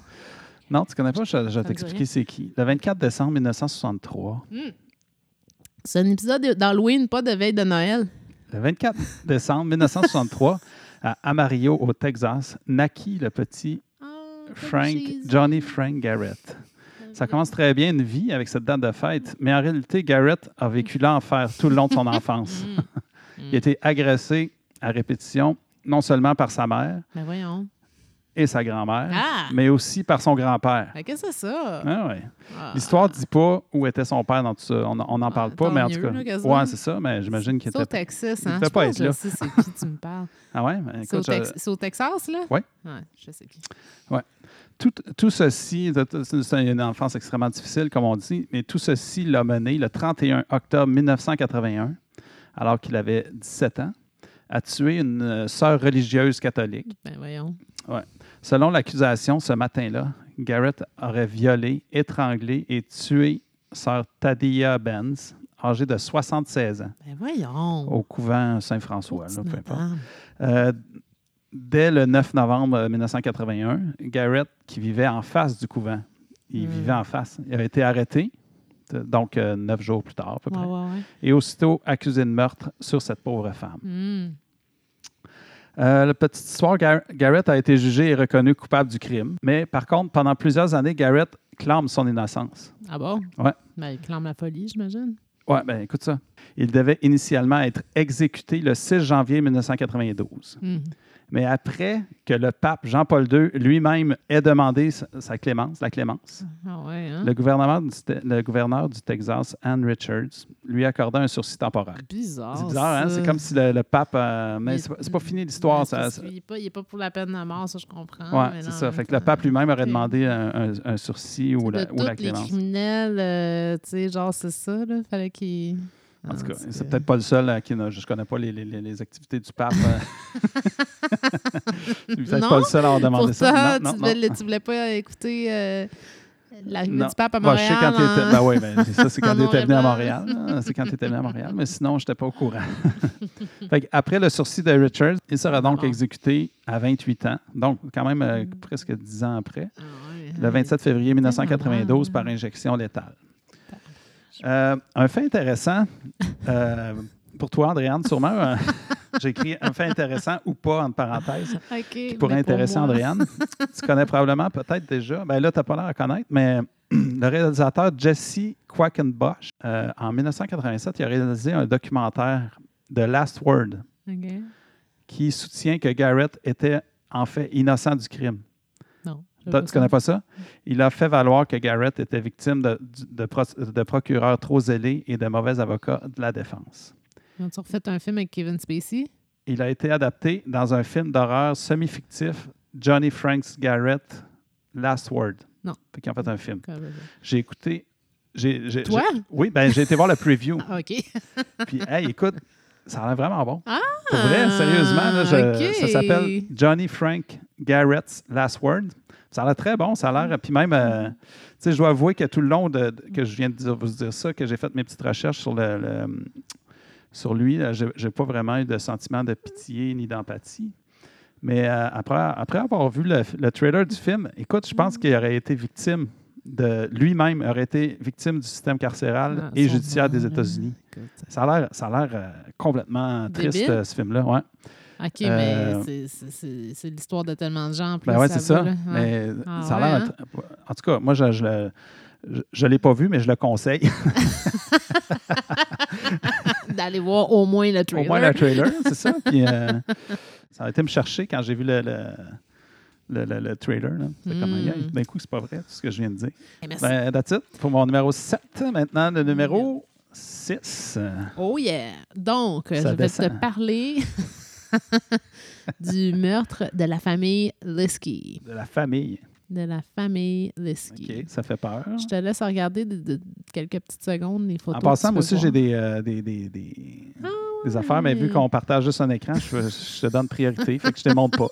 Non, tu connais pas, je, je vais dit t'expliquer rien. c'est qui. Le 24 décembre 1963, C'est un épisode d'Halloween, pas de veille de Noël. le 24 décembre 1963, à Amarillo, au Texas, naquit le petit Frank, Johnny Frank Garrett. Ça commence très bien une vie avec cette date de fête, mais en réalité, Garrett a vécu l'enfer tout le long de son enfance. Mm. Il a été agressé à répétition, non seulement par sa mère Mais Ben voyons. et sa grand-mère, Ah! mais aussi par son grand-père. Fait que c'est ça. Ah ouais. Ah. L'histoire ne dit pas où était son père dans tout ça. On n'en parle Ah, pas, tant mais en mieux, tout cas. là, quasiment. ouais, c'est ça, mais j'imagine qu'il C'est au était. Texas, il hein? devait Je pas pense être que je là. sais c'est qui tu me parles. Ah ouais, ben, C'est au, écoute, je- Tex- c'est au Texas, là? Ouais. Ouais, je sais qui. tout, tout ceci, c'est c'est une enfance extrêmement difficile, comme on dit, mais tout ceci l'a mené le 31 octobre 1981, alors qu'il avait 17 ans, à tuer une euh, sœur religieuse catholique. Ben voyons. Selon l'accusation, ce matin-là, Garrett aurait violé, étranglé et tué sœur Tadia Benz, âgée de 76 ans, Ben voyons. au couvent Saint-François, là, Petite peu importe. madame. Euh, dès le 9 novembre euh, 1981, Garrett, qui vivait en face du couvent, il Hmm. vivait en face, il a été arrêté, t- donc euh, neuf jours plus tard à peu près, Ah Ouais, ouais, ouais. et aussitôt accusé de meurtre sur cette pauvre femme. Hmm. Euh, la petite histoire, Gar- Garrett a été jugé et reconnu coupable du crime, mais par contre, pendant plusieurs années, Garrett clame son innocence. Ah bon? Ouais. Ben, il clame la folie, j'imagine. Ouais, ben écoute ça. Il devait initialement être exécuté le 6 janvier 1992. Hmm. Mais après que le pape Jean-Paul II lui-même ait demandé sa, sa clémence, la clémence, Ah ouais, hein? le, gouvernement du Te- le gouverneur du Texas, Ann Richards, lui accorda un sursis temporaire. Bizarre. C'est bizarre, hein? Ah, ça. C'est comme si le, le pape. euh, mais Il- c'est pas, c'est pas fini Ouais, l'histoire. c'est ça- parce qu'il est pas- Il n'est pas, pour la peine de mort, ça, je comprends. Ouais, Ah, mais c'est là, en ça. Fait même que le temps, pape lui-même aurait ok. demandé un, un- un sursis ou De la, ou tous la les clémence. criminels, euh, tu sais, genre, c'est ça, là. Fallait qu'il. En tout Ah, cas, c'est- c'est peut-être pas le seul à qui n'a- je ne connais pas les, les- les- les activités du pape. euh. c'est peut-être Non, pas le seul à avoir demandé Pourtant, ça. tu, Voulais, tu voulais pas écouter euh, l'arrivée Non. du pape à Bah, Montréal. hein. je sais quand en- tu étais. Ben oui, ben, c'est ça, c'est en quand tu noir et étais venu à blanc. Montréal. là. C'est quand tu étais venu à Montréal. Mais sinon, je n'étais pas au courant. Fait Après le sursis de Richards, il sera donc Bon. exécuté à 28 ans, donc quand même euh, presque 10 ans après, Ah ouais, le ouais. 27 février 1992 malade. par injection létale. Euh, un fait intéressant euh, pour toi, Andréane, sûrement. euh, J'ai écrit un fait intéressant ou pas, entre parenthèses hein. Ok, qui mais pourrait pour intéresser moi, Andréane. tu connais probablement peut-être déjà. Ben là, tu n'as pas l'air à connaître, mais le réalisateur Jesse Quackenbosch, euh, en 1987, il a réalisé un documentaire The Last Word. ok. qui soutient que Garrett était en fait innocent du crime. Non. je Toi, veux Tu connais pas ça? Il a fait valoir que Garrett était victime de, de pro- de procureurs trop zélés et de mauvais avocats de la défense. Ils ont refait un film avec Kevin Spacey? Il a été adapté dans un film d'horreur semi-fictif, Johnny Franks Garrett, Last Word. Non. Fait qu'ils ont fait un film. Comme- euh, J'ai écouté. j'ai- j'ai- Toi? j'ai- Oui, ben j'ai été voir le preview. Ah, OK. Puis, hey, écoute, ça a l'air vraiment bon. Ah, Pour vrai, sérieusement, là, je- ok. ça s'appelle Johnny Frank Garrett's Last Word. Ça a l'air très bon, ça a l'air. Puis même, euh, tu sais, je dois avouer que tout le long de, de- que je viens de dire- vous dire ça, que j'ai fait mes petites recherches sur le, le- sur lui, là, j'ai j'ai pas vraiment eu de sentiment de pitié ni d'empathie. Mais euh, après, après avoir vu le, le trailer du film, écoute, je Mm. pense qu'il aurait été victime de lui-même aurait été victime du système carcéral Ah, et son- judiciaire des États-Unis. Écoute. Ça a l'air, ça a l'air euh, complètement Débile. triste, euh, ce film-là. Ouais. OK, Euh, mais c'est- c'est- c'est c'est l'histoire de tellement de gens. en plus, Ben ouais, c'est va, ça. là. Ouais. Mais Ah ça a ouais, l'air. hein? tr- En tout cas, moi, je, je le. je- je l'ai pas vu, mais je le conseille. D'aller voir au moins le Au trailer. moins le trailer, c'est ça. Puis, euh, ça a été me chercher quand j'ai vu le, le, le- le- le trailer. là. C'était comme, Mm. Hey, d'un coup, c'est pas vrai, tout ce que je viens de dire. Eh, merci. Ben, that's it pour mon numéro 7. Maintenant, le numéro euh, 6. Oh yeah! Donc, Ça je vais descend. te parler du meurtre de la famille Lesky. De la famille. De la famille Lesky. OK, ça fait peur. Je te laisse regarder de- de- quelques petites secondes les photos. En que passant, tu moi peux aussi, j'ai voir. des, euh, des, des, des- Ah des affaires, mais vu ouais. qu'on partage juste un écran, je, je te donne priorité, fait que je te montre pas.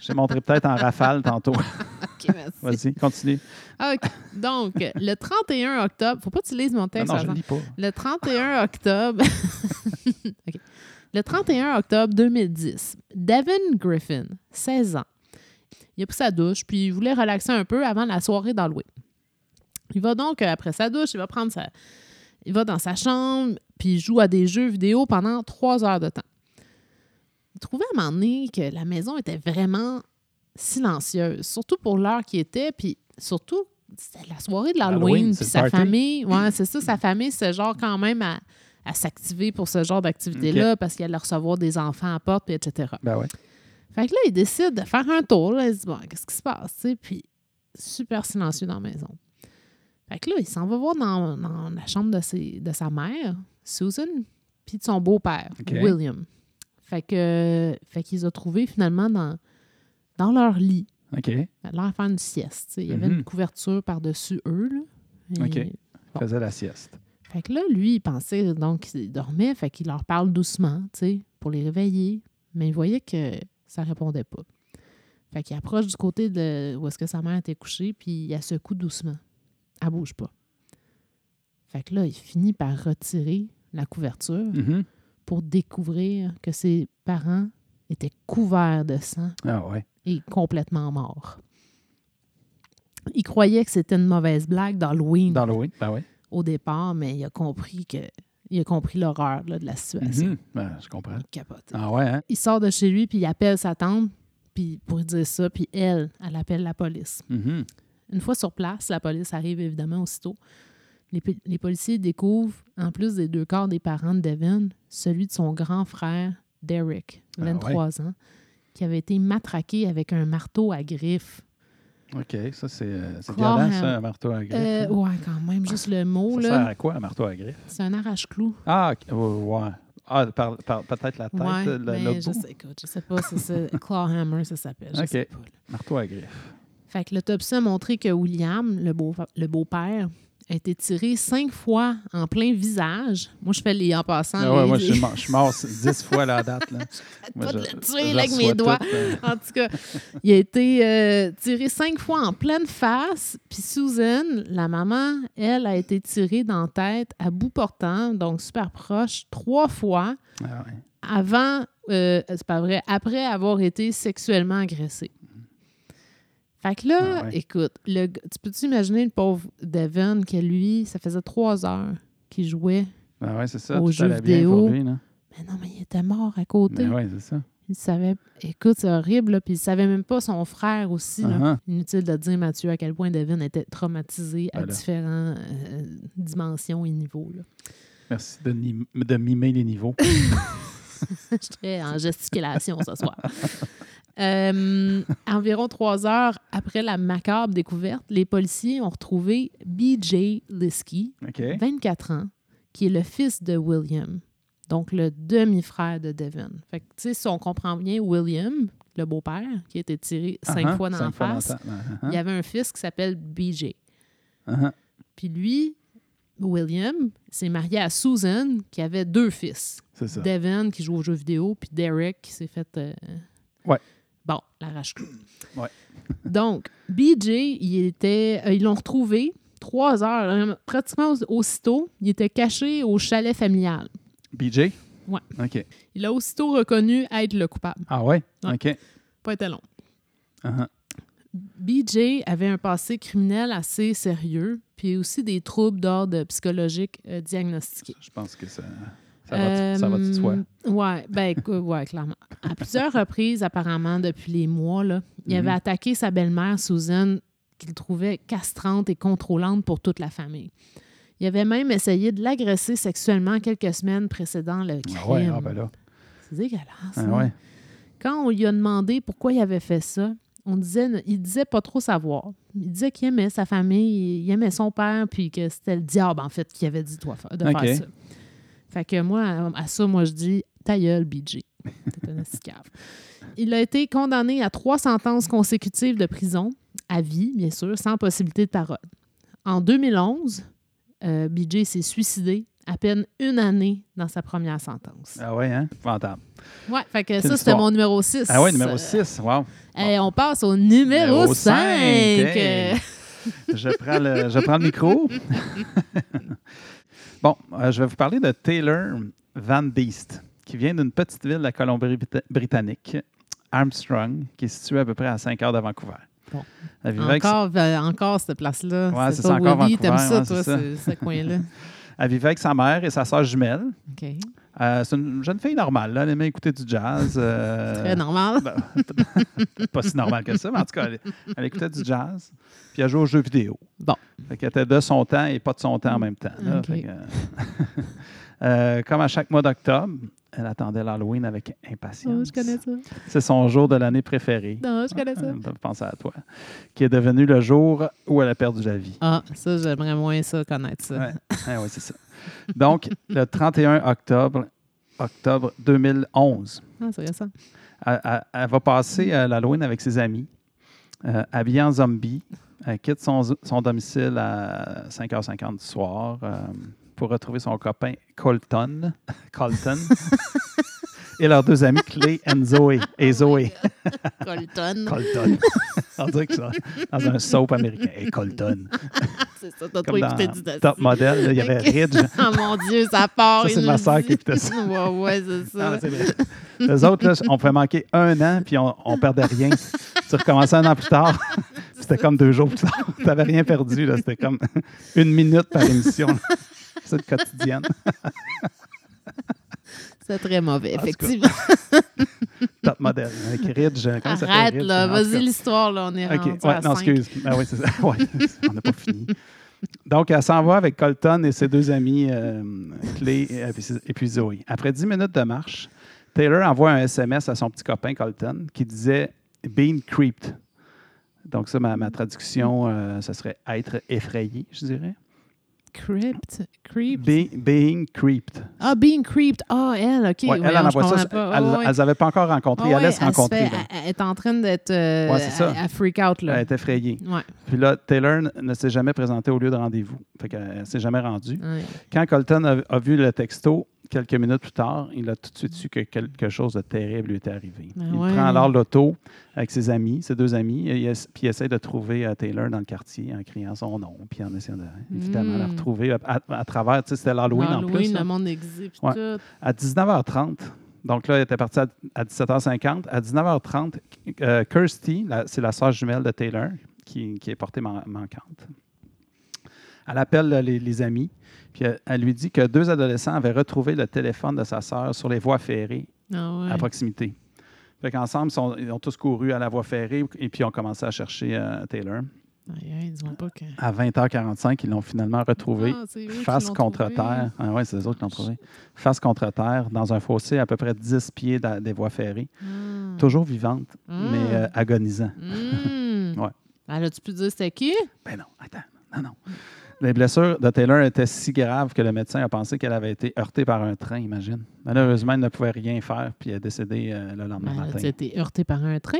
Je te montrerai peut-être en rafale tantôt. OK, merci. Vas-y, continue. OK. Donc, le 31 octobre, faut pas que tu lises mon Non, texte. non, je avant. lis pas. Le 31 octobre. OK. Le 31 octobre 2010, Devin Griffin, 16 ans, il a pris sa douche, puis il voulait relaxer un peu avant la soirée d'Halloween. Il va donc, euh, après sa douche, il va prendre sa. Il va dans sa chambre, puis il joue à des jeux vidéo pendant trois heures de temps. Il trouvait à un moment donné que la maison était vraiment silencieuse, surtout pour l'heure qui était, puis surtout, c'était la soirée de Halloween, l'Halloween, puis c'est le sa party. Mm. famille, ouais, c'est ça, sa famille, c'est genre quand même à, à s'activer pour ce genre d'activité-là, parce qu'elle allait recevoir des enfants à la porte, puis etc. Ben ouais. Fait que là, il décide de faire un tour. Là. Il se dit, bon, qu'est-ce qui se passe? tu sais? Puis, super silencieux dans la maison. Fait que là, il s'en va voir dans, dans la chambre de, ses- de sa mère, Susan, puis de son beau-père, OK. William. Fait que, fait qu'ils ont trouvé finalement dans, dans leur lit. OK. Ils allaient leur faire une sieste. tu sais. Il y avait Mhm. une couverture par-dessus eux. Là. Et- OK. Faisais la sieste. fait que là, lui, il pensait donc qu'il dormait, fait qu'il leur parle doucement, tu sais, pour les réveiller. Mais il voyait que ça répondait pas. Fait qu'il approche du côté de où est-ce que sa mère était couchée, puis il la secoue doucement. Elle bouge pas. Fait que là, il finit par retirer la couverture Mhm. pour découvrir que ses parents étaient couverts de sang Ah ouais. et complètement morts. Il croyait que c'était une mauvaise blague d'Halloween Dans l'eau, Ben ouais. au départ, mais il a compris que il a compris l'horreur là, de la situation. Mhm. Ben, je comprends. Il capote. Ah ouais, hein? Il sort de chez lui, puis il appelle sa tante puis pour lui dire ça, puis elle, elle appelle la police. Mhm. Une fois sur place, la police arrive évidemment aussitôt. Les, pi- les policiers découvrent, en plus des deux corps des parents de Devin, celui de son grand frère, Derek, Ah 23 ans, qui avait été matraqué avec un marteau à griffes. OK, ça, c'est euh, c'est Graham. violent, ça, un marteau à griffe. Euh, ouais, quand même, juste le mot, hein? ça sert là. à quoi, un marteau à griffe? C'est un arrache-clou. Ah, ok. ouais. ouais. Ah, par- par- peut-être euh, la tête, Ouais, le, mais le je bout. sais, écoute, je sais pas, c'est ça, Clawhammer, ça s'appelle, je OK. sais pas. là. Marteau à griffe. Fait que l'autopsie a montré que William, le beau- le beau-père, a été tiré cinq fois en plein visage. Moi, je fais les en passant. Ah ouais, les- moi, les- je suis mort- je suis mort dix fois la date. Là. Moi, tout je- le tuer, je là, avec mes reçois doigts. tout, euh, En tout cas, il a été euh, tiré cinq fois en pleine face. Puis Susan, la maman, elle a été tirée dans la tête à bout portant, donc super proche, trois fois ah ouais. avant, euh, c'est pas vrai, après avoir été sexuellement agressé. Fait que là, Ah ouais. écoute, le, g- tu peux-tu imaginer le pauvre Devon que lui, ça faisait trois heures qu'il jouait. Ah ouais, c'est ça. Aux tout jeux allait bien pour vidéo. lui, là. Mais non, mais il était mort à côté. Mais ouais, c'est ça. Il savait, écoute, c'est horrible, là, puis il savait même pas son frère aussi. là. Ah ah. Inutile de dire, Mathieu, à quel point Devon était traumatisé à Voilà. différentes dimensions et niveaux. là. Merci de, ni- de mimer les niveaux. J'étais en gesticulation ce soir. Euh, environ trois heures après la macabre découverte, les policiers ont retrouvé BJ Liskey, OK. 24 ans, qui est le fils de William, donc le demi-frère de Devon. Fait que, tu sais, si on comprend bien, William, le beau-père, qui a été tiré cinq Ah, ah, fois dans la cinq face, dans le temps. Ah, il y avait un fils qui s'appelle BJ. ah, ah, ah. Puis lui, William, s'est marié à Susan, qui avait deux fils. C'est ça. Devin, qui joue aux jeux vidéo, puis Derek, qui s'est fait. euh, Ouais. Bon, l'arrache-cou. Ouais. Donc, BJ, il était, euh, ils l'ont retrouvé trois heures, hein, pratiquement au- aussitôt. Il était caché au chalet familial. BJ? Ouais. OK. Il a aussitôt reconnu être le coupable. Ah ouais? Ouais. OK. Pas été long. Ah, ah. BJ avait un passé criminel assez sérieux, puis aussi des troubles d'ordre psychologique euh, diagnostiqués. Je pense que ça, ça, va, ça va de soi. Euh, Ouais, ben, écou- ouais, clairement. À plusieurs reprises, apparemment, depuis les mois, là, il avait Mhm. attaqué sa belle-mère, Susan, qu'il trouvait castrante et contrôlante pour toute la famille. Il avait même essayé de l'agresser sexuellement quelques semaines précédant le crime. Ah ouais, ah ben là. C'est dégueulasse. Ah hein? ouais. Quand on lui a demandé pourquoi il avait fait ça, on disait, ne- il disait pas trop savoir. Il disait qu'il aimait sa famille, il aimait son père, puis que c'était le diable, en fait, qui avait dit de toi fa- de OK. faire ça. Fait que moi, à- à ça, moi, je dis ta gueule, BJ. T'es un escave. Il a été condamné à trois sentences consécutives de prison, à vie, bien sûr, sans possibilité de parole. En 2011, euh, BJ s'est suicidé à peine une année dans sa première sentence. Ah ouais, hein? Fantôme. Ouais, fait que Quelle ça, c'était histoire. mon numéro 6. Ah ouais, numéro 6. Wow. Hey, Eh, on passe au numéro, Numéro 5. cinq, hey. Je prends le, je prends le micro. bon, euh, je vais vous parler de Taylor Van Beest, qui vient d'une petite ville de la Colombie-Britannique, Armstrong, qui est située à peu près à 5 heures de Vancouver. Bon. Elle vivait avec encore, euh, encore cette place-là. Ouais, c'est pas ça, encore Willy, t'aimes Vancouver, ça, toi, ouais, c'est ça. ce, ce coin-là. Elle vivait avec sa mère et sa sœur jumelle. OK. Euh, c'est une jeune fille normale, là. elle aimait écouter du jazz. euh, Très normal. ben, peut-être pas si normal que ça, mais en tout cas, elle, elle écoutait du jazz, puis elle jouait aux jeux vidéo. Bon. Fait qu'elle était de son temps et pas de son temps en même temps. là. Ok. Fait que, euh, comme à chaque mois d'octobre, elle attendait l'Halloween avec impatience. Oh, je connais ça. C'est son jour de l'année préféré. Non, je connais ça. Je pense à toi. Qui est devenu le jour où elle a perdu la vie. Ah, ça, j'aimerais moins ça, connaître ça. Ouais, Ah Ouais, ouais, c'est ça. Donc, le 31 octobre, octobre 2011, Ah, c'est vrai, ça. elle, elle- elle va passer euh, l'Halloween avec ses amis, euh, habillée en zombie. Elle quitte son, son domicile à 5h50 du soir euh, pour retrouver son copain Colton, Colton et leurs deux amis Clay and Zoé. Oh Et Zoé. Colton. Colton. On dirait que ça, dans un soap américain. Et Colton. c'est ça, t'as trop Comme dans écouté du dessus. Top Model, là, il y avait Ok. Ridge. Ah, mon Dieu, ça part. Ça, c'est il ma nous sœur dit. qui écoutait ça. Ah, ouais, ouais, Ah, c'est ça. Non, mais c'est vrai. Les autres, là, on pouvait manquer un an, puis on, on perdait rien. tu recommençais un an plus tard, c'était comme deux jours plus tard. Tu n'avais rien perdu. là. C'était comme une minute par émission. là. C'est une quotidienne. C'est très mauvais, En tout cas, effectivement. Top modèle. Avec Ridge. euh, Comment ça s'appelle, Arrête, Ridge? là. En tout cas. Vas-y, l'histoire, là. On est rendu OK. à Ouais, non, cinq. excuse. Ah oui, c'est ça. Ouais, on n'a pas fini. Donc, elle s'en va avec Colton et ses deux amis, euh, Clay et, et puis- et puis Zoé. Après 10 minutes de marche, Taylor envoie un SMS à son petit copain Colton qui disait Being creeped. Donc, ça, ma, ma traduction, euh, ça serait être effrayé, je dirais. Crypt. Creep. Be- being creeped. Ah, Being Creeped. Ah, elle, OK. Ouais, Ouais, elle, elle je envoie ça. comprends Elle, pas. Ouais, ouais. elles n'avaient pas encore rencontré. Ah elle ouais, allait se rencontrer. fait- là. elle- elle est en train d'être euh, Ouais, c'est ça. à, à freak out. Elle Là. est effrayée. Ouais. Puis là, Taylor n- ne s'est jamais présentée au lieu de rendez-vous. Fait qu'elle ne s'est jamais rendue. Ouais. Quand Colton a, a vu le texto, quelques minutes plus tard, il a tout de suite su que quelque chose de terrible lui était arrivé. Ben il ouais. prend alors l'auto avec ses amis, ses deux amis, et il es- puis il essaie de trouver euh, Taylor dans le quartier en criant son nom, puis en essayant de, évidemment de la Mm. retrouver à, à- à travers. Tu sais, c'était l'Halloween en Halloween, plus. le là. monde existe. puis Ouais. tout. À 19h30, donc là, elle était partie à, à 17h50. À 19h30, euh, Kirsty, la- c'est la sœur jumelle de Taylor, qui, qui est portée man- manquante. Elle appelle euh, les, les amis, puis elle, elle lui dit que deux adolescents avaient retrouvé le téléphone de sa sœur sur les voies ferrées Ah ouais. à proximité. Fait qu'ensemble, ils sont- ils ont tous couru à la voie ferrée et puis ils ont commencé à chercher euh, Taylor. Aïe, aïe, dis-moi pas que. À 20h45, ils l'ont finalement retrouvé Ah, c'est eux qui face l'ont contre trouvé. terre. Ah ouais, c'est les autres qui l'ont trouvé. Face contre terre, dans un fossé à peu près 10 pieds d'a- des voies ferrées. Ah. Toujours vivante, Mm. mais euh, agonisant. Mm. Ouais. Elle a-tu pu dire c'était qui? Ben non, attends, non, non. Les blessures de Taylor étaient si graves que le médecin a pensé qu'elle avait été heurtée par un train, imagine. Malheureusement, elle ne pouvait rien faire, puis elle est décédée euh, le lendemain Ben, matin. Elle a été heurtée par un train?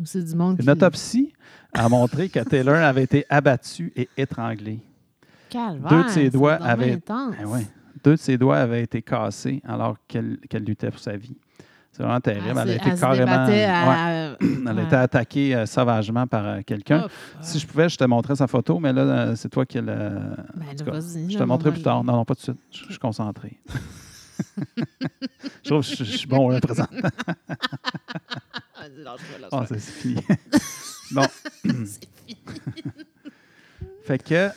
Ou c'est du monde Une qui. autopsie a montré que Taylor avait été abattue et étranglée. Calvaire, Deux de ses c'est doigts donc bien avaient- intense. Ben ouais. Deux de ses doigts avaient été cassés alors qu'elle qu'elle luttait pour sa vie. C'est vraiment terrible. Elle, a se- été se carrément. débattait Ouais. à- Elle a ouais. été attaquée euh, sauvagement par euh, quelqu'un. Oh, fuck. Si je pouvais, je te montrais sa photo, mais là, euh, c'est toi qui l'as. Ben, en tout cas, vas-y, Je là, te mon montrerai gars, plus tard. Non, non, pas tout de suite. Je je suis concentré. je trouve que je, je suis bon là, présent. Ah, lâche-moi, lâche-moi. Ah, c'est c'est fini. bon. fait que,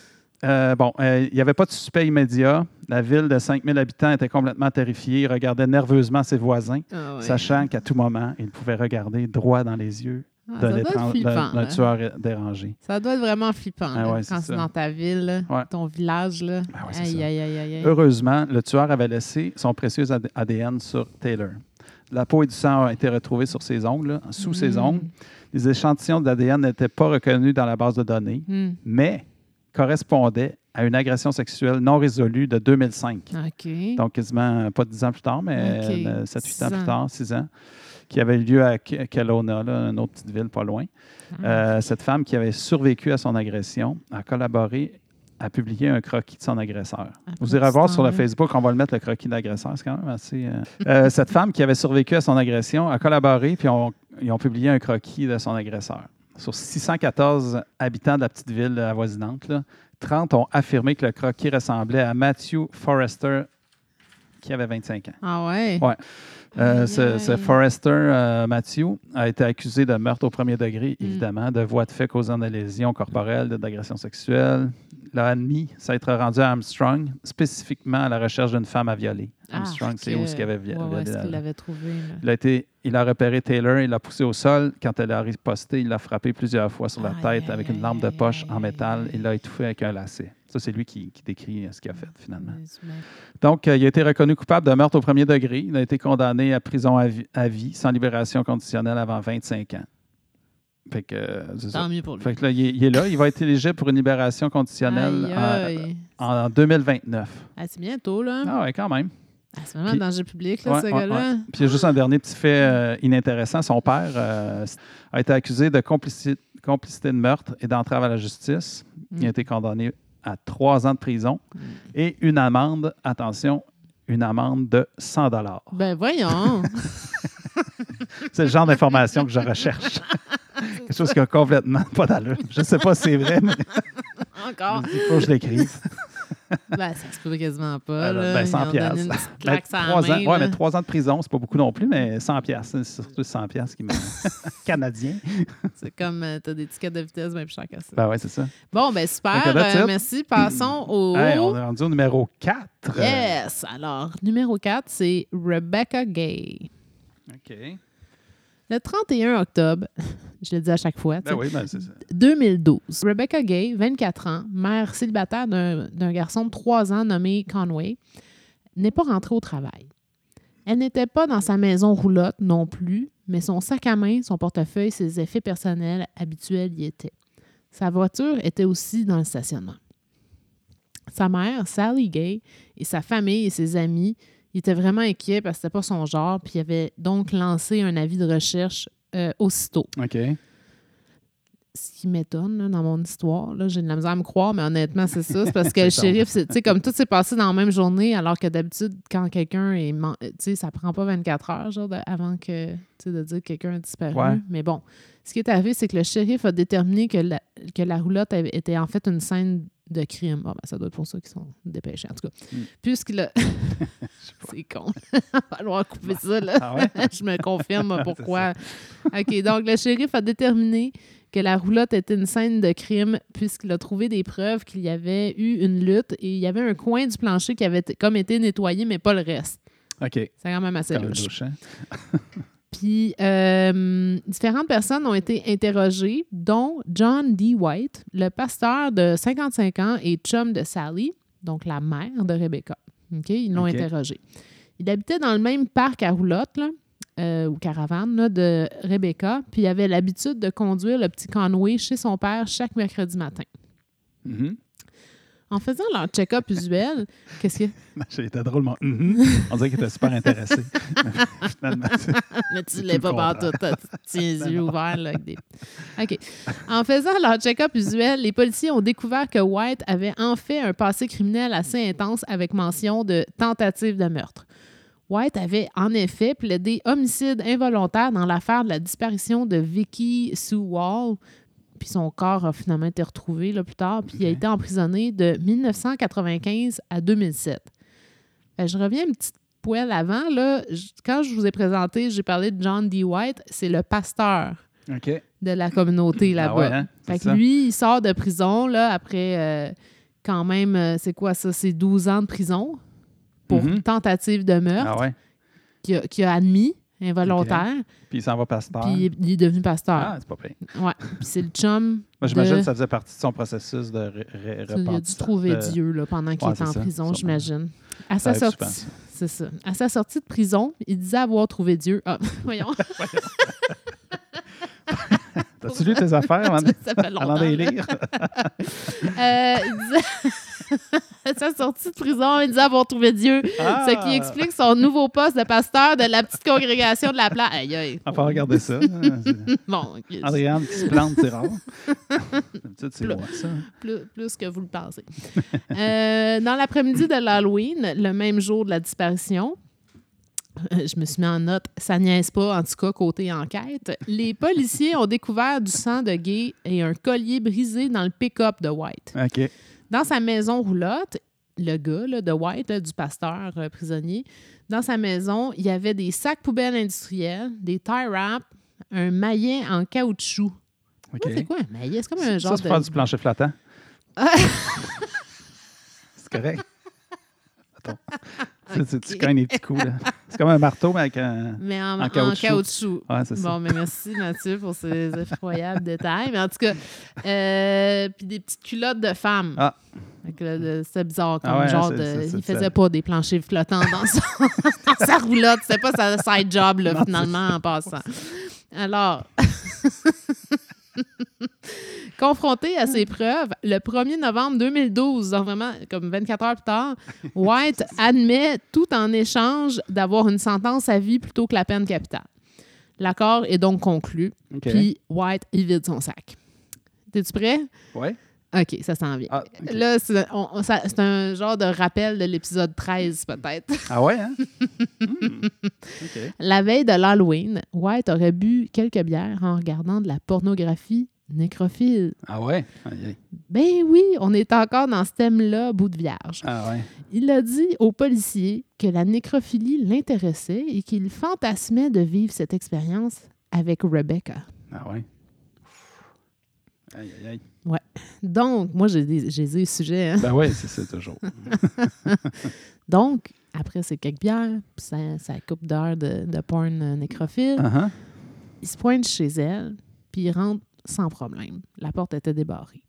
euh, bon, euh, il n'y avait pas de suspect immédiat. La ville de 5000 habitants était complètement terrifiée, regardait nerveusement ses voisins, Ah, ouais. sachant qu'à tout moment, il pouvait regarder droit dans les yeux Ah, de ça doit être l'étran- flippant, hein. d'un d'un là. tueur é- dérangé. Ça doit être vraiment flippant Ah là, ouais, c'est quand c'est ça. dans ta ville, là, Ouais. ton village. Là. Ben ouais, c'est aïe, ça. aïe, aïe, aïe, aïe. Heureusement, le tueur avait laissé son précieux AD- ADN sur Taylor. La peau et du sang ont été retrouvés sur ses ongles, là, sous ses Mm. ongles. Les échantillons d'ADN n'étaient pas reconnus dans la base de données. Hmm. mais correspondait à une agression sexuelle non résolue de 2005. OK. Donc, quasiment euh, pas 10 ans plus tard, mais Ok, 7-8 six ans plus ans. tard, 6 ans, qui avait eu lieu à Ke- Kelowna, là, une autre petite ville pas loin. Ah, Mhm. Euh, cette femme qui avait survécu à son agression a collaboré à publier un croquis de son agresseur. Vous irez voir sur le Facebook, on va le mettre le croquis de l'agresseur. C'est quand même assez. euh. Euh, cette femme qui avait survécu à son agression a collaboré puis ont- ils ont publié un croquis de son agresseur. Sur 614 habitants de la petite ville avoisinante, là, 30 ont affirmé que le croquis ressemblait à Matthew Forrester, qui avait 25 ans. Ah ouais? Ouais. Euh, Aïe, ce, ce aïe. Forrester euh, Matthew a été accusé de meurtre au premier degré, Mm. évidemment, de voies de fait causant des lésions corporelles, de- d'agression sexuelle. Il a admis s'être rendu à Armstrong, spécifiquement à la recherche d'une femme à violer. Ah, Armstrong, fait c'est que- où ce qu'il avait vi- ouais, ouais, violé est-ce la- qu'il l'avait trouvé. là? il a, été, il a repéré Taylor, il l'a poussé au sol. Quand elle a riposté, il l'a frappé plusieurs fois sur la Aïe, tête aïe, avec aïe, une lampe de aïe, poche aïe, en métal. aïe. Il l'a étouffé avec un lacet. Ça, c'est lui qui, qui décrit euh, ce qu'il a fait, finalement. Mais tu m'as- Donc, euh, il a été reconnu coupable de meurtre au premier degré. Il a été condamné à prison à, vi- à vie, sans libération conditionnelle avant 25 ans. Fait que, euh, c'est ça. Tant mieux pour lui. Fait que là, il est, il est là. Il va être éligible pour une libération conditionnelle Aïe, en- aïe. en, en 2029. Ah, c'est bientôt, là. Ah ouais, quand même. Ah, c'est vraiment Puis- un danger public, là, Ouais, ce ouais, gars-là. Puis il y a juste un dernier petit fait euh, inintéressant. Son père euh, a été accusé de complici- complicité de meurtre et d'entrave à la justice. Hum. Il a été condamné à trois ans de prison et une amende, attention, une amende de 100 dollars. Ben voyons. C'est le genre d'information que je recherche. Quelque chose qui a complètement pas d'allure. Je ne sais pas si c'est vrai, mais Encore. il faut que je l'écrive. Ben, ça se peut quasiment pas. Ben, Là. ben, 100 Ils ont donné piastres. une petite Mais claque sans Ben, Trois ans, main, là. ouais, mais trois ans de prison, c'est pas beaucoup non plus, mais 100 piastres, c'est surtout 100 piastres qui me... Canadien. C'est comme euh, t'as des tickets de vitesse bien plus cher que ça. Ben ouais, c'est ça. Bon, ben super. Donc, that's euh, it. merci. Passons au. Hey, on est rendu au numéro Euh, 4. Yes! Alors, numéro 4, c'est Rebecca Gay. OK. Le 31 octobre, je le dis à chaque fois, tu Ben sais, oui, ben c'est ça. 2012, Rebecca Gay, 24 ans, mère célibataire d'un d'un garçon de 3 ans nommé Conway, n'est pas rentrée au travail. Elle n'était pas dans sa maison roulotte non plus, mais son sac à main, son portefeuille, ses effets personnels habituels y étaient. Sa voiture était aussi dans le stationnement. Sa mère, Sally Gay, et sa famille et ses amis ils étaient vraiment inquiets parce que c'était pas son genre, puis ils avaient donc lancé un avis de recherche euh, aussitôt OK. ce qui m'étonne là, dans mon histoire, là, j'ai de la misère à me croire, mais honnêtement, c'est ça. C'est parce que le C'est ça. shérif, c'est tu sais, comme tout s'est passé dans la même journée, alors que d'habitude, quand quelqu'un est. man- euh, Tu sais, ça prend pas 24 heures genre, de- avant que, tu sais, de dire que quelqu'un a disparu. Ouais. Mais bon, ce qui est arrivé, c'est que le shérif a déterminé que la, que la roulotte avait- était en fait une scène de crime. Bon, ben, ça doit être pour ça qu'ils sont dépêchés, en tout cas. Mm. Puisqu'il a. c'est con. Il va falloir couper ça, là. Ah ouais? je me confirme pourquoi. OK, donc le shérif a déterminé que la roulotte était une scène de crime puisqu'il a trouvé des preuves qu'il y avait eu une lutte et il y avait un coin du plancher qui avait t- comme été nettoyé, mais pas le reste. OK. C'est quand même assez Quand même louche. louche, hein? Puis euh, différentes personnes ont été interrogées, dont John D. White, le pasteur de 55 ans et chum de Sally, donc la mère de Rebecca. OK? Ils l'ont OK. interrogé. Il habitait dans le même parc à roulotte, là, euh, ou caravane, là, de Rebecca, puis il avait l'habitude de conduire le petit Conway chez son père chaque mercredi matin. Mhm. En faisant leur check-up usuel, qu'est-ce que. J'étais Ben, drôlement. Mhm. On dirait qu'il était super intéressé. Finalement, c'est- Mais tu C'est l'es tout pas le partout. T'as t'as les yeux ouverts. Là, avec des- OK. En faisant leur check-up usuel, les policiers ont découvert que White avait en fait un passé criminel assez intense avec mention de tentative de meurtre. White avait en effet plaidé homicide involontaire dans l'affaire de la disparition de Vicky Sue Wall. Puis son corps a finalement été retrouvé là, plus tard. Puis il a Ok. été emprisonné de 1995 à 2007. Euh, je reviens une petite poêle avant. Là. Je- quand je vous ai présenté, j'ai parlé de John D. White. C'est le pasteur OK. de la communauté Ah là-bas. ouais, hein? C'est Fait que ça. lui, il sort de prison là, après euh, quand même, euh, c'est quoi ça? C'est 12 ans de prison pour Mhm. tentative de meurtre Ah ouais. qu'il a, qu'il a admis involontaire. Puis il s'en va pasteur. Puis il est- il est devenu pasteur. Ah, c'est pas pire. Ouais. Puis c'est le chum. Moi, j'imagine de- que ça faisait partie de son processus de re- re- Il a dû repentissance, trouver de- Dieu là, pendant qu'il Ouais, était c'est en ça, prison, sûrement. j'imagine. À Ça sa arrive sortie. souvent, C'est ça. À sa sortie de prison, il disait avoir trouvé Dieu. Ah, voyons, T'as-tu lu tes affaires avant de- ça fait avant longtemps. d'aller lire? Euh, il disait- à sa sortie de prison, il disait avoir trouvé Dieu, Ah! ce qui explique son nouveau poste de pasteur de la petite congrégation de la place. Aïe, aïe. On va Ah, regarder ça. C'est- Bon, ok, c'est Andréane qui se plante, c'est rare. D'habitude, c'est Pla- moi, ça. plus, plus que vous le pensez. Euh, dans l'après-midi de l'Halloween, le même jour de la disparition, euh, je me suis mis en note, ça niaise pas, en tout cas, côté enquête. Les policiers ont découvert du sang de gay et un collier brisé dans le pick-up de White. OK. Dans sa maison roulotte, le gars là, de White, là, du pasteur euh, prisonnier, dans sa maison, il y avait des sacs poubelles industriels, des tie wraps, un maillet en caoutchouc. OK. Ouais, C'est quoi un maillet? C'est comme un Ça, genre c'est faire de... du plancher flottant. c'est correct. Attends. Tu- Tu, tu Ok. cognes des petits coups, là. C'est comme un marteau, mais avec un. Mais en, en en caoutchouc. caoutchouc. Ouais, c'est ça. Bon, mais merci Mathieu pour ces effroyables détails. Mais en tout cas, euh, puis des petites culottes de femmes. Ah. Fait que là, le- C'était bizarre comme Ah ouais, genre c'est- de. c'est- c'est- il c'est- faisait pas des planchers flottants dans, son- dans sa roulotte. C'était pas sa side job, là, Non, c'est finalement, en passant. Alors. Confronté à ces preuves, le 1er novembre 2012, donc vraiment comme 24 heures plus tard, White admet tout en échange d'avoir une sentence à vie plutôt que la peine capitale. L'accord est donc conclu, OK. puis White, il vide son sac. T'es-tu prêt? Ouais. OK, ça s'en vient. Ah, ok. Là, c'est on- on- ça- c'est un genre de rappel de l'épisode 13, peut-être. Ah ouais, hein? Hmm. OK. La veille de l'Halloween, White aurait bu quelques bières en regardant de la pornographie nécrophile. Ah ouais? Aïe, aïe. Ben oui, on est encore dans ce thème-là, bout de vierge. Ah ouais. Il a dit aux policiers que la nécrophilie l'intéressait et qu'il fantasmait de vivre cette expérience avec Rebecca. Ah ouais. Aïe, aïe, aïe. Donc, moi, j'ai des, j'ai des sujets. hein. Ben ouais, c'est ça, toujours. Donc, après ces quelques bières, puis sa, sa coupe d'heure de, de porn euh, nécrophile, Ah, ah. il se pointe chez elle, puis il rentre sans problème. La porte était débarrée.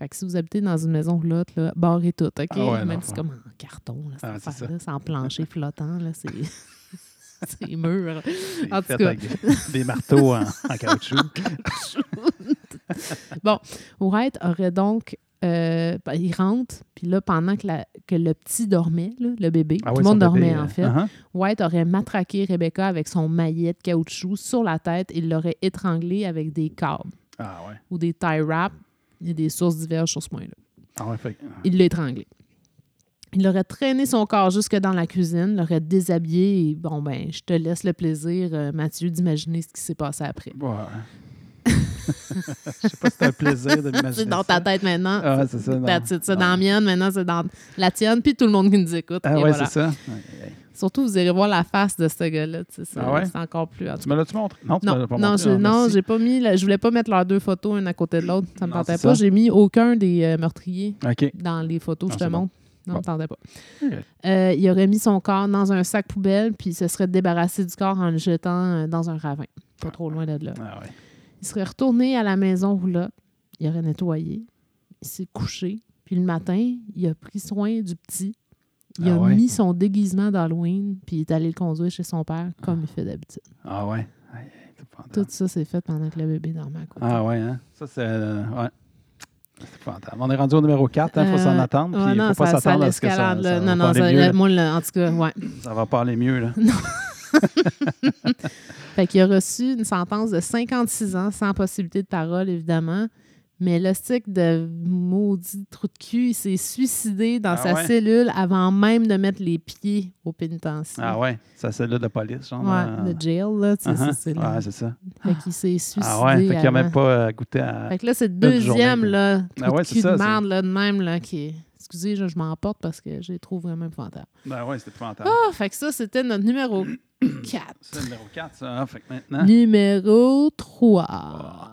Fait que si vous habitez dans une maison roulotte, là, barrez tout, OK? Ah ouais, Même non, si c'est ouais. comme en carton, là, cette Ah, c'est ça. affaire-là, c'est en plancher flottant, là, c'est... c'est mûr. C'est En tout fait cas. avec des- des marteaux en, en caoutchouc. White aurait donc. euh, ben, il rentre, puis là, pendant que, la- que le petit dormait, là, le bébé, Ah tout ouais, le son monde dormait bébé, euh, en fait, ah, ah. White aurait matraqué Rebecca avec son maillet de caoutchouc sur la tête et l'aurait étranglée avec des câbles Ah ouais. ou des tie wraps. Il y a des sources diverses sur ce point-là. Ah ouais, fait. Il l'a étranglé. Il aurait traîné son corps jusque dans la cuisine, l'aurait déshabillé et bon ben, je te laisse le plaisir, euh, Mathieu, d'imaginer ce qui s'est passé après. Ouais. Je sais pas si c'est un plaisir de m'imaginer. C'est dans ta ça. tête maintenant. Ah, ouais, c'est ça. non. That's it. C'est Non. dans la mienne, maintenant c'est dans la tienne, puis tout le monde qui nous écoute. Ah Et ouais, voilà. c'est ça. Aïe, aïe, aïe. Surtout, vous irez voir la face de ce gars-là. tu sais, C'est Ah ouais? c'est encore plus. en tout Tu me l'as-tu montré? Non, tu Non, me l'as pas non, montré. je, Ah, non, merci. j'ai pas mis. la- je voulais pas mettre leurs deux photos une à côté de l'autre. Ça me Non, tentait c'est ça. pas. J'ai mis aucun des euh, meurtriers OK. dans les photos, Non, je te c'est bon. montre. Non, Bon. on tardait pas. Ok. Euh, il aurait mis son corps dans un sac poubelle, puis il se serait débarrassé du corps en le jetant euh, dans un ravin, pas trop loin de là. Ah ouais. Il serait retourné à la maison roulotte, il aurait nettoyé, il s'est couché, puis le matin, il a pris soin du petit. Il Ah a ouais? mis son déguisement d'Halloween, puis il est allé le conduire chez son père, comme il fait d'habitude. Ah ouais. Aïe, aïe, c'est Tout épouvantable. ça, c'est fait pendant que le bébé dormait à côté. Ah ouais, hein? Ça, c'est. euh, ouais. C'est épouvantable. On est rendu au numéro 4, il faut s'en Euh, attendre. ouais, Puis il non, faut pas ça- ça s'attendre à ce que ça, l'escalade, ça là. non, va pas non, aller ça, mieux. le- là. moi, le- en tout cas, ouais. Ça va pas aller mieux. Là. Fait qu'il a reçu une sentence de 56 ans, sans possibilité de parole, évidemment. Mais le stick de maudit trou de cul, il s'est suicidé dans Ah sa ouais? cellule avant même de mettre les pieds au pénitencier. Ah ouais, ça, c'est là de la police, genre. là. Ouais, le jail, là, tu sais, Uh-huh. c'est- c'est là. Ouais, c'est ça. Fait qu'il s'est suicidé. Ah ouais, fait qu'il a même avant. pas euh, goûté à. Fait que là, c'est le deuxième, journée, là, trou Ah ouais, de c'est cul ça, de c'est- merde, là, de même, là, qui... Excusez, je, je m'emporte parce que je les trouve vraiment épouvantables. Ben ouais, c'était épouvantable. Ah, fait que ça, c'était notre numéro 4. C'est le numéro 4, ça. hein? Ah. Fait que maintenant. Numéro 3.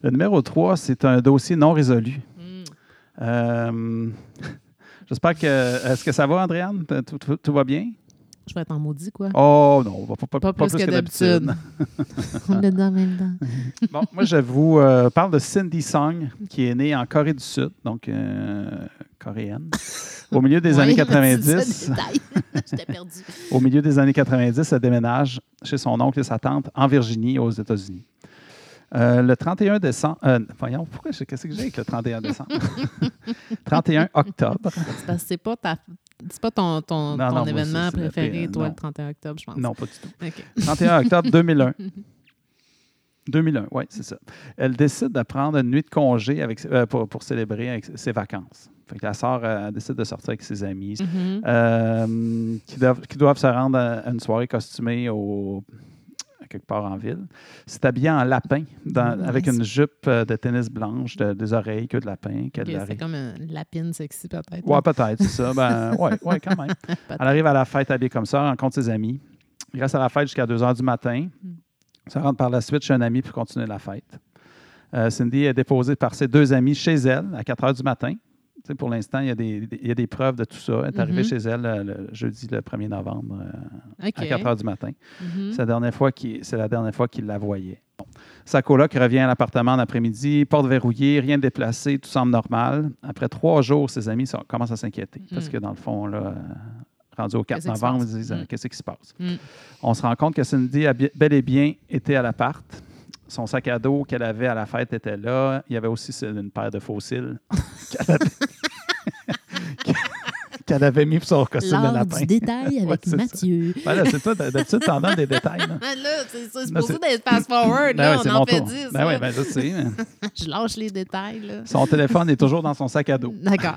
Le numéro 3, c'est un dossier non résolu. Hmm. Euh, J'espère que. Est-ce que ça va, Andréane? Tout- tout- tout va bien? Je vais être en maudit, quoi. Oh non, pas, pas- Mm. pas, pas plus, que d'habitude. On est dedans en même temps. bon, moi, je vous euh, parle de Cindy Song, qui est née en Corée du Sud, donc euh, coréenne, au milieu des Ouais, années mais c'est ça, 90. le détail. J'étais perdue. Au milieu des années 90, elle déménage chez son oncle et sa tante en Virginie, aux États-Unis. Euh, le 31 décembre, euh, voyons, pourquoi, je- qu'est-ce que j'ai avec le 31 décembre? 31 octobre, C'est parce que c'est pas, ta... c'est pas ton, ton, Non, ton non, moi, événement c'est- c'est le préféré, pire, toi, non. le 31 octobre, je pense. non, pas du tout. OK. 31 octobre 2001. 2001, oui, c'est ça. Elle décide de prendre une nuit de congé avec, euh, pour, pour célébrer avec ses vacances. Fait que la sœur euh, décide de sortir avec ses amis, Mhm. euh, qui, doivent, qui doivent se rendre à, à une soirée costumée au, à quelque part en ville. C'est habillée en lapin, dans- Nice. avec une jupe euh, de tennis blanche, de- des oreilles, queue de lapin. qu'elle Ok, arrive- c'est comme une lapine sexy, peut-être. hein. Ouais, peut-être, c'est ça. Ben, ouais, ouais, quand même. Elle arrive à la fête habillée comme ça, rencontre ses amis. Il reste à la fête jusqu'à 2 h du matin. Ça rentre par la suite chez un ami pour continuer la fête. Euh, Cindy est déposée par ses deux amis chez elle à 4 h du matin. Tu sais, pour l'instant, il y, a des, des- il y a des preuves de tout ça. Elle est arrivée Mhm. chez elle euh, le jeudi le 1er novembre euh, OK. à 4 h du matin. Mhm. C'est la dernière fois qu'il- c'est la dernière fois qu'il la voyait. Bon. Sa coloc revient à l'appartement en après-midi, porte verrouillée, rien de déplacé, tout semble normal. Après trois jours, ses amis sont- commencent à s'inquiéter parce Mm. que dans le fond, là, euh, rendu au 4 Qu'est-ce qui se novembre, passe? ils disent euh, Mm. qu'est-ce qui se passe. Mm. On se rend compte que Cindy a bi- bel et bien été à l'appart. Son sac à dos qu'elle avait à la fête était là. Il y avait aussi une paire de fossiles qu'elle avait, qu'elle avait mis pour son costume de L'art lapin. du détail avec c'est ça. Mathieu. Ben là, c'est ça, d'habitude, t'en donnes des détails. là. Ah, Là, c'est ça, c'est Non, supposé d'être fast-forward. Ben là, ouais, c'est on en mon fait tour. 10. Ben là. ouais, ben je sais, mais Je lâche les détails. Là. Son téléphone est toujours dans son sac à dos. D'accord.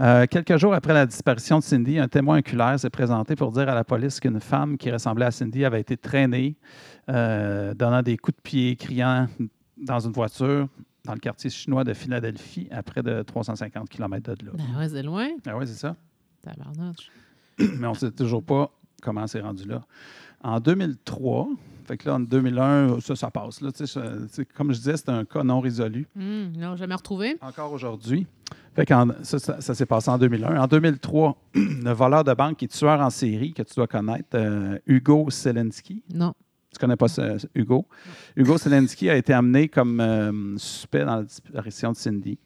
Euh, quelques jours après la disparition de Cindy, un témoin oculaire s'est présenté pour dire à la police qu'une femme qui ressemblait à Cindy avait été traînée, euh, donnant des coups de pied, criant dans une voiture dans le quartier chinois de Philadelphie, à près de 350 km de là. Ben ouais, c'est loin. Ah oui, c'est ça. Tabarnouche. mais on ne sait toujours pas comment c'est rendu là. En 2003, fait que là, en 2001, ça, ça passe. Là, tu sais, ça- tu sais, comme je disais, c'est un cas non résolu Hum, ils l'ont jamais retrouvé. encore aujourd'hui. Fait qu'en- ça, ça- ça s'est passé en 2001. En 2003, le voleur de banque et tueur en série que tu dois connaître, euh, Hugo Zelensky. Non. Tu connais pas ce- ce Hugo? Hugo Zelensky a été amené comme euh, suspect dans la disparition de Cindy.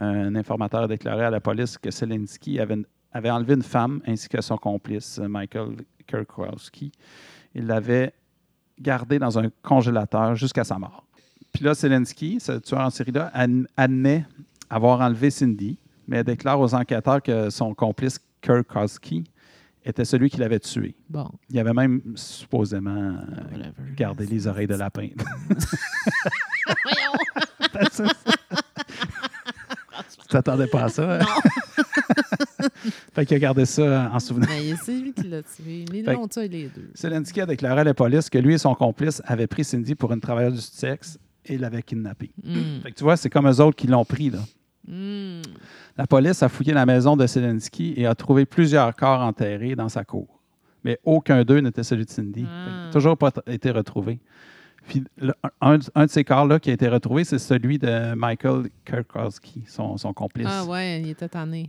Un informateur a déclaré à la police que Zelensky avait, avait enlevé une femme ainsi que son complice, Michael Kirkowski. Il l'avait gardé dans un congélateur jusqu'à sa mort. Puis là, Zelensky, ce tueur en série-là, adm- admet avoir enlevé Cindy, mais déclare aux enquêteurs que son complice Kirkowski était celui qui l'avait tué. Bon. Il avait même supposément euh, Ah, Whatever. garder les oreilles de lapin. Voyons. tu t'attendais pas à ça? hein? fait qu'il a gardé ça en souvenir. Mais c'est Ben, lui qui l'a tué. Ils Fait- l'ont tué les deux. Zelensky a déclaré à la police que lui et son complice avaient pris Cindy pour une travailleuse du sexe et l'avaient kidnappée. Hum, Fait que tu vois, c'est comme eux autres qui l'ont pris. Là. hum. La police a fouillé la maison de Zelensky et a trouvé plusieurs corps enterrés dans sa cour. Mais aucun d'eux n'était celui de Cindy. Ah. Fait que Toujours pas t- été retrouvé. Puis le- un, un de ces corps-là qui a été retrouvé, c'est celui de Michael Kirkowski, son, son complice. Ah ouais, il était tanné.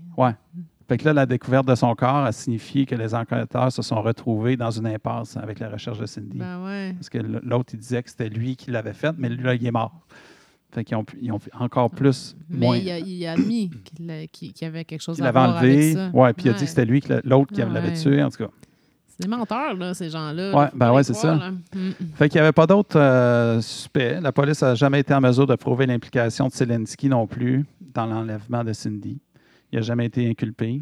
Fait que là, la découverte de son corps a signifié que les enquêteurs se sont retrouvés dans une impasse avec la recherche de Cindy. Ben ouais. Parce que l- l'autre, il disait que c'était lui qui l'avait fait, mais lui, là, il est mort. Fait qu'ils ont, pu- ils ont pu- encore plus, moins. Mais il a, il a admis qu'il a- qu'il qu'il y avait quelque chose Il à l'avait voir avec enlevé. ça. Ouais, puis il a dit que c'était lui, qui l'a- l'autre qui Ouais. l'avait tué, en tout cas. C'est des menteurs, là, ces gens-là. Ouais, Faut ben pas ouais, les c'est croire, ça. là. Mm. Fait qu'il n'y avait pas d'autres euh, suspects. La police n'a jamais été en mesure de prouver l'implication de Zelensky non plus dans l'enlèvement de Cindy. Il n'a jamais été inculpé.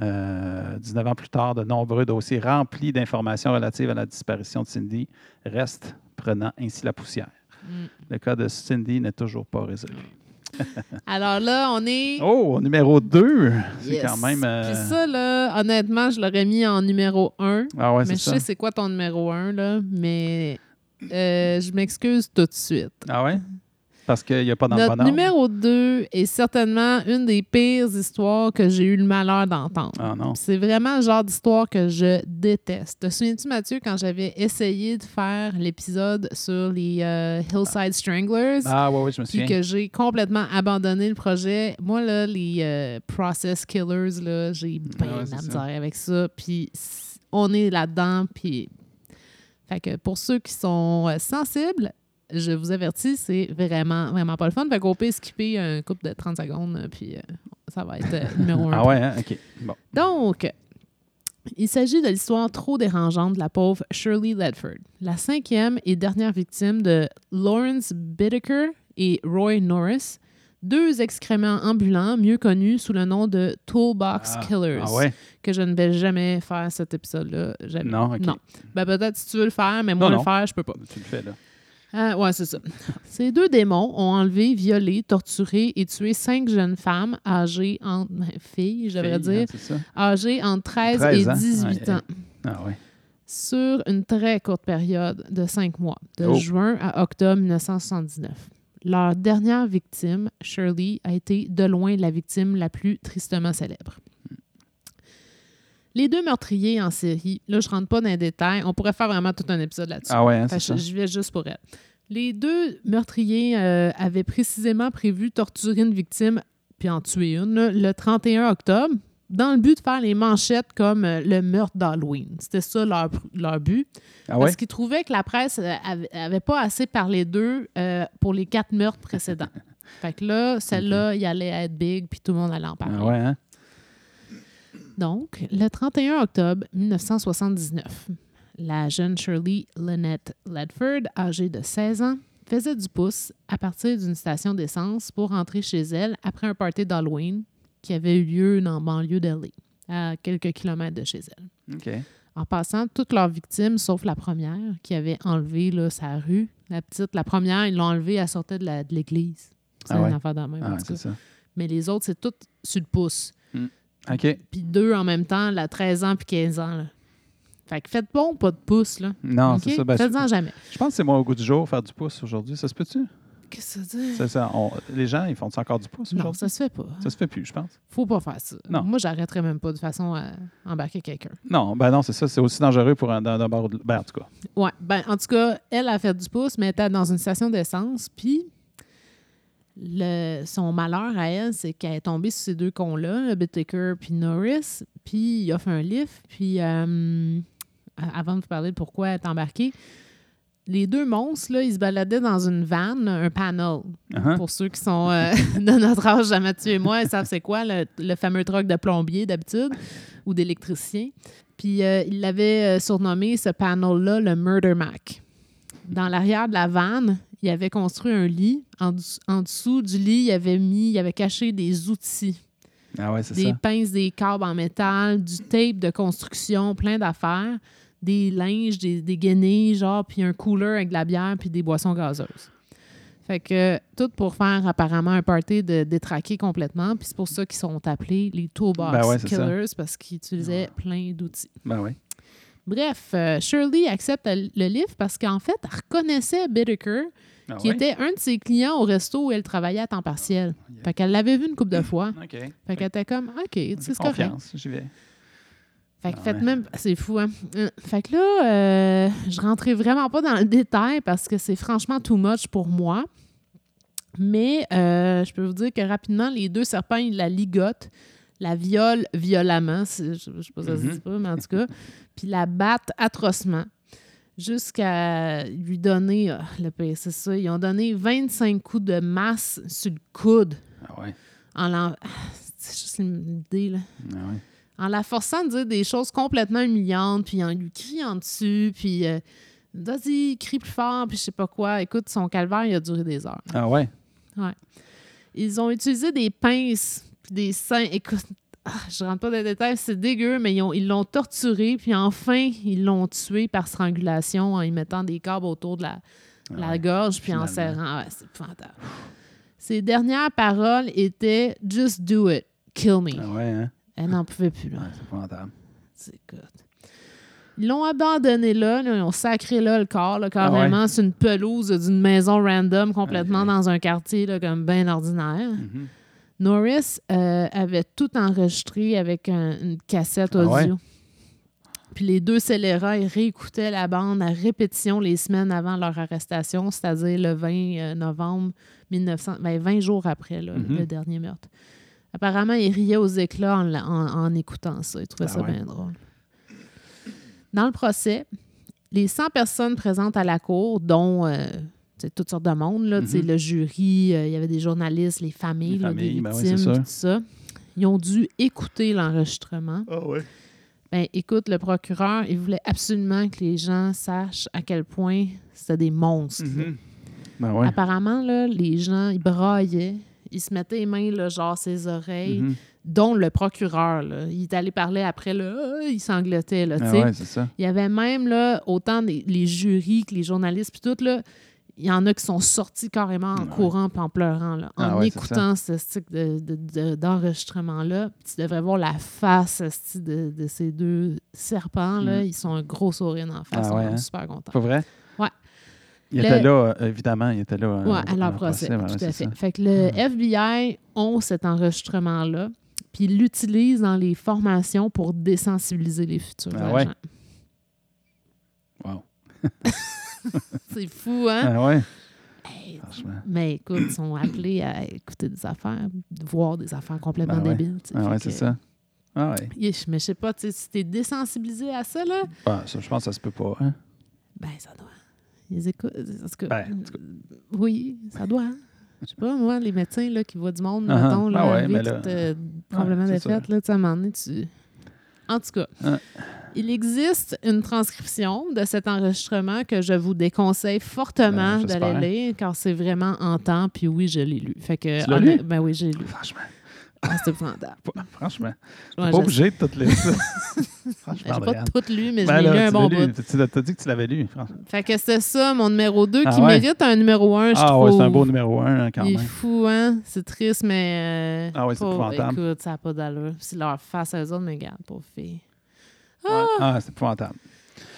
Euh, 19 ans plus tard, de nombreux dossiers remplis d'informations relatives à la disparition de Cindy restent, prenant ainsi la poussière. Mm. Le cas de Cindy n'est toujours pas résolu. Alors là, on est. Oh, numéro 2! C'est Yes. quand même. euh, Puis ça, là, honnêtement, je l'aurais mis en numéro 1. Ah ouais, mais c'est je ça. sais c'est quoi ton numéro 1, là, mais euh, je m'excuse tout de suite. Ah ouais? Parce qu'il n'y a pas dans le Notre bon ordre. numéro 2 est certainement une des pires histoires que j'ai eu le malheur d'entendre. Ah non. C'est vraiment le genre d'histoire que je déteste. Te souviens-tu, Mathieu, quand j'avais essayé de faire l'épisode sur les euh, Hillside Stranglers? Ah ouais, ouais, je me Puis souviens. que j'ai complètement abandonné le projet. Moi, là, les euh, process killers, là, j'ai bien Ah ouais, de la c'est misère ça. avec ça. Puis c- on est là-dedans. Puis. Fait que pour ceux qui sont euh, sensibles, je vous avertis, c'est vraiment, vraiment pas le fun. Fait qu'au pire, skipper un couple de 30 secondes, euh, puis euh, ça va être euh, numéro un. Ah ouais, hein? OK. Bon. Donc, il s'agit de l'histoire trop dérangeante de la pauvre Shirley Ledford, la cinquième et dernière victime de Lawrence Bittaker et Roy Norris, deux excréments ambulants mieux connus sous le nom de Toolbox Ah, Killers, Ah ouais? que je ne vais jamais faire cet épisode-là. jamais. Non, OK. Non. Ben, peut-être si tu veux le faire, mais moi, Non, le non. faire, je peux pas. Tu le fais, là. Ah, ouais, c'est ça. Ces deux démons ont enlevé, violé, torturé et tué cinq jeunes femmes âgées en... ben, filles, je devrais Fille, dire, hein, c'est ça? âgés entre 13, 13 et ans. 18 hein? Ouais. ans Ah ouais. sur une très courte période de cinq mois, de Oh. juin à octobre 1979. Leur dernière victime, Shirley, a été de loin la victime la plus tristement célèbre. Les deux meurtriers en série, là je rentre pas dans les détails, on pourrait faire vraiment tout un épisode là-dessus. Ah ouais, hein, Fait c'est que ça. je- je vais juste pour elle. Les deux meurtriers euh, avaient précisément prévu torturer une victime puis en tuer une là, le 31 octobre dans le but de faire les manchettes comme euh, le meurtre d'Halloween. C'était ça leur, leur but. Ah ouais? Parce qu'ils trouvaient que la presse euh, avait, avait pas assez parlé d'eux euh, pour les quatre meurtres précédents. fait que là, celle-là, il allait être big puis tout le monde allait en parler. Ah ouais, hein? Donc, le 31 octobre 1979, la jeune Shirley Lynette Ledford, âgée de 16 ans, faisait du pouce à partir d'une station d'essence pour rentrer chez elle après un party d'Halloween qui avait eu lieu dans la banlieue d'L.A., à quelques kilomètres de chez elle. OK. En passant, toutes leurs victimes, sauf la première, qui avait enlevé là, sa rue, la petite, la première, ils l'ont enlevée, elle sortait de la- de l'église. C'est Ah ouais. une affaire de même. en Ah ouais, tout c'est cas. ça. Mais les autres, c'est toutes sur le pouce OK. puis deux en même temps, la 13 ans puis 15 ans. Là. Fait que faites bon, pas de pouce. Là. Non, OK? c'est ça. Ben, Faites-en je, jamais. je pense que c'est moi au goût du jour faire du pouce aujourd'hui. Ça se peut-tu? Qu'est-ce que ça veut dire? C'est ça. On- les gens, ils font encore du pouce Non, aujourd'hui? ça se fait pas. Ça se fait plus, je pense. Faut pas faire ça. Non. Moi, j'arrêterais même pas de façon à embarquer quelqu'un. Non, ben non, c'est ça. C'est aussi dangereux pour un, d'un d'un bord ou de l'autre. Ben, en tout cas. Ouais. Ben, en tout cas, elle a fait du pouce, mais elle était dans une station d'essence, puis. le- son malheur à elle, c'est qu'elle est tombée sur ces deux cons-là, le Bittaker puis Norris, puis il a fait un lift, puis euh, a- avant de vous parler de pourquoi elle est embarquée, les deux monstres, là, ils se baladaient dans une vanne, un panel. Uh-huh. Pour ceux qui sont euh, de notre âge, à Mathieu et moi, ils savent c'est quoi, le, le fameux truc de plombier d'habitude, ou d'électricien. Puis euh, il l'avait euh, surnommé, ce panel-là, le Murder Mac dans l'arrière de la vanne, il avait construit un lit. En, dessous- en dessous du lit, il avait mis, il avait caché des outils, Ah ouais, c'est des ça. pinces, des câbles en métal, du tape de construction, plein d'affaires, des linges, des, des guenilles, genre, puis un cooler avec de la bière, puis des boissons gazeuses. Fait que tout pour faire apparemment un party de détraquer complètement, puis c'est pour ça qu'ils sont appelés les toolbox Ben ouais, c'est ça. killers parce qu'ils utilisaient plein d'outils. Ben oui. Bref, euh, Shirley accepte le le livre parce qu'en fait, elle reconnaissait Bittaker, Ah qui ouais? était un de ses clients au resto où elle travaillait à temps partiel. Yeah. hein. Fait qu'elle l'avait vu une couple de fois. OK. Fait qu'elle était comme, OK, tu sais, J'ai c'est correct. confiance, j'y vais. Fait que Ah faites ouais. même. C'est fou, hein? Hum. Fait que là, euh, je rentrais vraiment pas dans le détail parce que c'est franchement too much pour moi. Mais euh, je peux vous dire que rapidement, les deux serpents, ils la ligotent, la violent violemment, c'est- je, je sais pas si ça se dit Mhm. pas, mais en tout cas, puis la battent atrocement jusqu'à lui donner, ah, le pays, c'est ça, ils ont donné 25 coups de masse sur le coude Ah ouais. en l'en- Ah, c'est juste une idée, là Ah ouais. en la forçant de dire des choses complètement humiliantes, puis en lui criant dessus, puis euh, vas-y, crie plus fort, puis je sais pas quoi. Écoute, son calvaire, il a duré des heures. Ah ouais. Ils ont utilisé des pinces, puis des seins. Écoute, ah, je rentre pas dans les détails, c'est dégueu, mais ils ont- ils l'ont torturé, puis enfin, ils l'ont tué par strangulation en lui mettant des câbles autour de la, Ah la ouais. gorge, puis en Finalement. serrant. Ouais, c'est épouvantable. Ses dernières paroles étaient Just do it, kill me. Ah ouais, hein? Elle n'en pouvait plus, là. Ouais, c'est épouvantable. C'est good. Ils l'ont abandonné là, là, ils ont sacré là le corps, là, Ah ouais. carrément, sur une pelouse d'une maison random, complètement Ok. dans un quartier là, comme bien ordinaire. Mhm. Norris euh, avait tout enregistré avec un- une cassette Ah audio. ouais? Puis les deux scélérats, ils réécoutaient la bande à répétition les semaines avant leur arrestation, c'est-à-dire le 20 euh, novembre 1900, ben, 20 jours après là, Mhm. le dernier meurtre. Apparemment, ils riaient aux éclats en, la- en- en écoutant ça. Ils trouvaient Ah ça ouais? bien drôle. Dans le procès, les 100 personnes présentes à la cour, dont euh, tu sais, toutes sortes de monde, là, tu sais, Mhm. le jury, euh, il y avait des journalistes, les familles, Les là, familles, des ben oui, victimes, c'est puis sûr. tout ça, ils ont dû écouter l'enregistrement. Ah ouais. Ben, écoute, le procureur, il voulait absolument que les gens sachent à quel point c'était des monstres. là. Mhm. Ben Mm-hmm. ouais. Apparemment, là, les gens, ils braillaient, ils se mettaient les mains, là, genre ses oreilles, Mhm. dont le procureur. là. Il est allé parler après, là, Ah, il sanglotait. Là, tu Ah sais. ouais, c'est ça. Il y avait même là, autant des- les jurys que les journalistes, puis tout, là, il y en a qui sont sortis carrément en Ah Ouais. courant puis en pleurant, là, en Ah ouais, c'est écoutant ce style de- de- de- d'enregistrement-là. tu devrais voir la face esti, de, de ces deux serpents. Là. Mm. Ils sont un gros sourire en face. Ah on ouais, est hein? super contents. Pas vrai? Ouais. Il Le- était là, euh, évidemment, il était là. euh, Ouais, à au- leur au procès, ben ouais, tout à c'est fait. ça. Mm. Fait que le FBI ont cet enregistrement-là, puis ils l'utilisent dans les formations pour désensibiliser les futurs Ah agents. ouais? Wow. C'est fou, hein? Ah ouais, Hey, franchement. Mais écoute, ils sont appelés à écouter des affaires, voir des affaires complètement Ben ouais. débiles. tu sais. Ah Fait ouais, que- c'est ça. Ah ouais. Yesh, mais je sais pas, tu sais, si t'es désensibilisé à ça, là, Ben, ça, je pense que ça se peut pas. Hein? ben ça doit. Ils écoutent. en tout cas, Ben, en tout euh, oui, ça doit. hein. Je sais pas, moi, les médecins là, qui voient du monde, Ah, mettons, là, euh, ah ouais, arriver, mais tu là- te- complètement c'est défaite, là, tu sais, à un moment donné, tu. En tout cas, Ah. il existe une transcription de cet enregistrement que je vous déconseille fortement Ben, j'espère. d'aller lire, car c'est vraiment en temps, puis oui, je l'ai lu. Fait que, Tu l'as lu? ben oui, j'ai lu. Franchement. Ah, c'est épouvantable. pas- franchement. Ouais, pas je- obligé de tout lire ça. ben, J'ai franchement, pas Adriane. tout lu, mais Ah, Ben je l'ai là, lu un tu bon l'as bout. lu. Tu l'as- t'as dit que tu l'avais lu. franchement. Fait que c'est ça, mon numéro 2, Ah qui ouais? mérite un numéro 1, je Ah trouve. ouais, c'est un beau numéro un hein, quand Il est même. fou, hein? C'est triste, mais... euh, Ah ouais, c'est pauvre- épouvantable. Écoute, ça n'a pas d'allure. C'est leur face à eux autres, mais regarde, pauvre fille. Ouais. Ah, c'est épouvantable.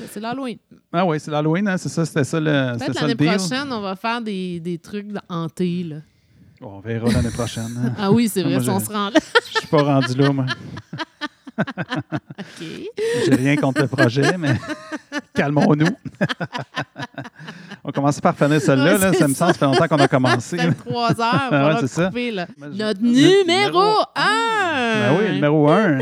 C'est l'Halloween. Ah ouais, c'est l'Halloween, hein, c'est ça, c'était ça le, c'était Peut-être ça le l'année deal. prochaine, on va faire des, des trucs de- hantés, là. On verra l'année prochaine. hein. Ah oui, c'est vrai, Moi, si je- on se rend là. Je suis pas rendu là, moi. OK. J'ai rien contre le projet, mais calmons-nous. On commence par finir celle-là. Ouais, là. c'est Ben Ça me semble, ça fait longtemps qu'on a commencé. Peut-être trois heures, on Ah ouais, va c'est ça. couper, là. Ben, je- Notre le numéro numéro 1! Ben oui, numéro un.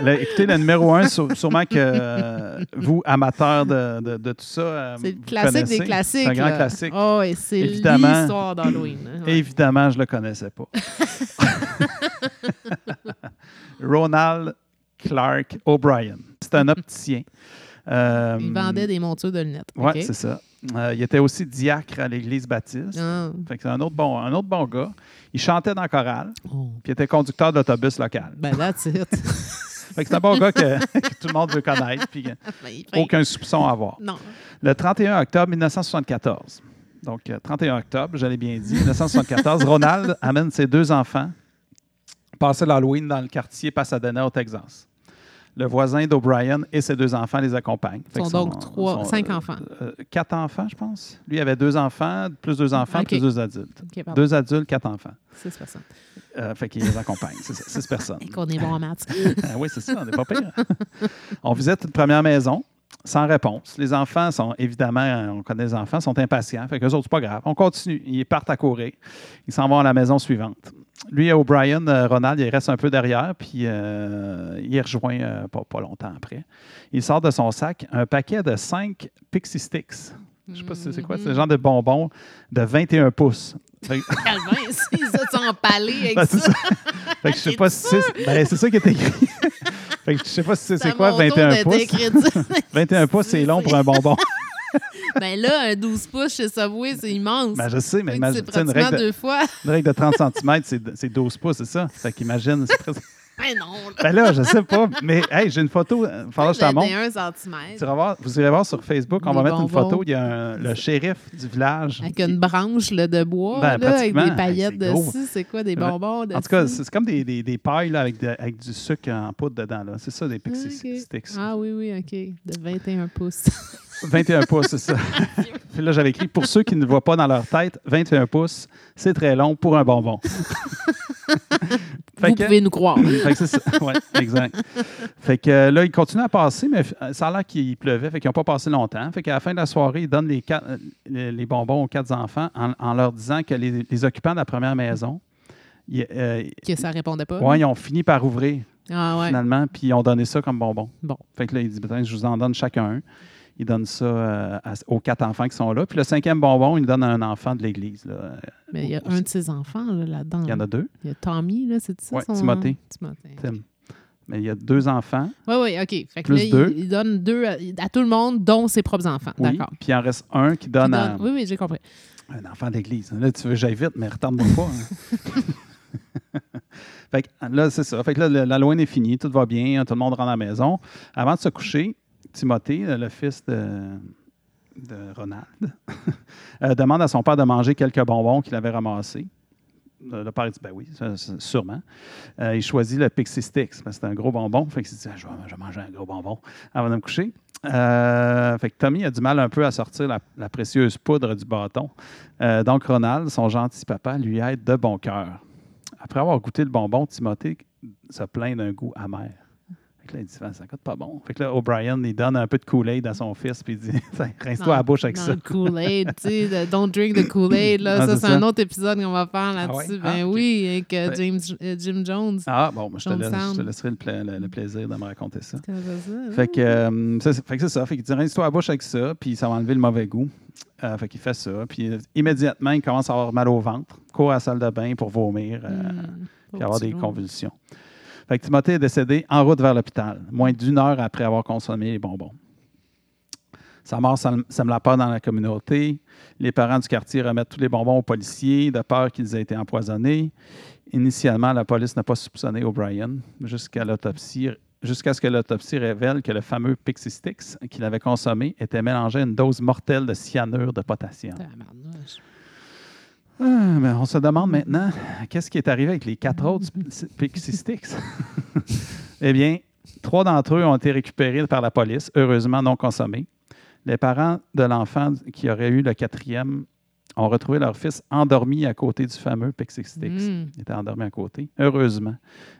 Là, écoutez, le numéro un, sû- sûrement que euh, vous, amateurs de, de- de tout ça, euh, C'est le vous classique des connaissez. classiques. C'est un grand là. classique. Oh, et c'est Évidemment. l'histoire d'Halloween. hein. Ouais. Évidemment, je ne le connaissais pas. Ronald Clark O'Brien. C'est un opticien. Euh, Il vendait des montures de lunettes. Ouais, OK? c'est ça. Euh, il était aussi diacre à l'Église baptiste. Ah. Fait que c'est un autre, bon, un autre bon gars. Il chantait dans le chorale, Oh. puis il était conducteur d'autobus local. Ben, that's it. Fait que c'est un bon gars que, que tout le monde veut connaître, puis Ben, il fait- aucun soupçon à avoir. Non. Le 31 octobre 1974. Donc, euh, 31 octobre, j'allais bien dit, 1974, Ronald amène ses deux enfants passer l'Halloween dans le quartier Pasadena au Texas. Le voisin d'O'Brien et ses deux enfants les accompagnent. Fait Ils que sont donc trois- cinq enfants. euh, quatre enfants, je pense. Lui avait deux enfants, plus deux enfants, Ok. plus deux adultes. OK, pardon. Deux adultes, quatre enfants. Six personnes. Euh, fait qu'il les accompagne, c'est ça, six personnes. Et qu'on est bon en maths. Ah oui, c'est ça, on n'est pas pire. on visite une première maison, sans réponse. Les enfants sont, évidemment, on connaît les enfants, sont impatients. Fait qu'eux autres, c'est pas grave. On continue. Ils partent à courir. Ils s'en vont à la maison suivante. Lui, O'Brien, euh, Ronald, il reste un peu derrière, puis euh, il rejoint euh, pas, pas longtemps après. Il sort de son sac un paquet de 5 Pixie Sticks. Je sais pas si c'est quoi, Mm. c'est le genre de bonbons de 21 pouces. Fait que- Calvin, ils se sont empalés avec ben, c'est ça. ça. fait que je sais pas si c'est. Ben, c'est ça qui est écrit. fait que je sais pas si c'est- à c'est quoi mon tour 21 de pouces. t'écrire ça. 21 pouces, c'est long pour un bonbon. ben là, un 12 pouces chez Subway, c'est immense. ben, je sais, mais Fait que imagine, c'est tu sais, une, pratiquement règle de, deux fois. une règle de 30 cm, c'est c'est 12 pouces, c'est ça? Fait qu'imagine. c'est presque- Ben non, là. Ben là, je sais pas, mais hey, j'ai une photo. Il faudra que je te la montre. 21 cm. Tu vas voir- vous irez voir sur Facebook, on Des va mettre une bonbons. photo. Il y a un- le shérif du village. Avec qui- une branche là, de bois, Ben, là, avec des pratiquement. paillettes Hey, c'est gros. dessus. C'est quoi, des Ben, bonbons? En tout cas, c'est c'est comme des, des, des pailles là, avec, de- avec du sucre en poudre dedans. là. C'est ça, des Pixie Ah, ok. Sticks. Ah oui, oui, OK. De 21 pouces. 21 pouces, c'est ça. Puis là, j'avais écrit pour ceux qui ne voient pas dans leur tête, 21 pouces, c'est très long pour un bonbon. Fait Vous que- pouvez nous croire. fait que c'est ça. Ouais, exact. Fait que euh, là, ils continuent à passer, mais euh, ça a l'air qu'il pleuvait, fait qu'ils n'ont pas passé longtemps. Fait qu'à la fin de la soirée, ils donnent les, quatre- euh, les les bonbons aux quatre enfants en, en leur disant que les, les occupants de la première maison, ils, euh, que ça répondait pas. ouais, ils ont fini par ouvrir Ah ouais. finalement, puis ils ont donné ça comme bonbon. Bon. Fait que là, il dit, Putain, je vous en donne chacun un. Il donne ça euh, à- aux quatre enfants qui sont là. Puis le cinquième bonbon, il le donne à un enfant de l'église. là. Mais il y a un de ses enfants là, là-dedans. Il y en a deux, Il y a Tommy, là, c'est ça? Ouais, son- Timothée. Timothée. Tim. Mais il y a deux enfants, Oui, oui, OK. Fait que Plus là, il- deux. Il, donne deux à, à tout le monde, dont ses propres enfants. oui. D'accord. Puis il en reste un qui donne, Il à donne- Oui, oui, j'ai compris. un enfant d'église. Là, tu veux que j'aille vite, mais retarde-moi pas. hein. fait que là, c'est ça. Fait que là, le- l'Halloween est fini, tout va bien, hein, tout le monde rentre à la maison. Avant de se coucher, Timothée, le fils de, de Ronald, euh, demande à son père de manger quelques bonbons qu'il avait ramassés. Le le père dit Ben oui, ça, ça, sûrement. Euh, il choisit le Pixie Sticks parce que c'est un gros bonbon. Fait qu'il se dit Ah, je, vais, je vais manger un gros bonbon avant de me coucher. Euh, fait que Tommy a du mal un peu à sortir la, la précieuse poudre du bâton. Euh, donc Ronald, son gentil papa, lui aide de bon cœur. Après avoir goûté le bonbon, Timothée se plaint d'un goût amer. Fait que là, il dit Ah, ça goûte pas bon. Fait que là, O'Brien, il donne un peu de Kool-Aid à son fils puis il dit Tiens, Dans- rince-toi la bouche avec dans ça. le Kool-Aid, tu sais, le Don't Drink the Kool-Aid, là. Ah, ça, c'est c'est un ça. autre épisode qu'on va faire là-dessus. ouais? Ah, Ben ok. oui, avec euh, Ben- James, euh, Jim Jones. Ah, bon, moi, je te, John laisse- je te Sand. laisserai le, pla- le- le plaisir de me raconter ça. Comment ça s'appelle? Fait que, euh, ça, c'est- fait que c'est ça. Fait qu'il dit rince-toi la bouche avec ça, puis ça va enlever le mauvais goût. Euh, fait qu'il fait ça. Puis euh, immédiatement, il commence à avoir mal au ventre, court à la salle de bain pour vomir, euh, Hmm. puis Pauvre avoir petit des monde. convulsions. Fait que Timothée est décédé en route vers l'hôpital, moins d'une heure après avoir consommé les bonbons. Sa mort sème sème la peur dans la communauté. Les parents du quartier remettent tous les bonbons aux policiers de peur qu'ils aient été empoisonnés. Initialement, la police n'a pas soupçonné O'Brien jusqu'à l'autopsie, jusqu'à ce que l'autopsie révèle que le fameux Pixie Sticks qu'il avait consommé était mélangé à une dose mortelle de cyanure de potassium. Tabarnouche. Ah, mais on se demande maintenant, qu'est-ce qui est arrivé avec les quatre autres sp- Pixie Sticks? eh bien, trois d'entre eux ont été récupérés par la police, heureusement non consommés. Les parents de l'enfant qui aurait eu le quatrième ont retrouvé leur fils endormi à côté du fameux Pixie Sticks. Hmm. Il était endormi à côté. Heureusement,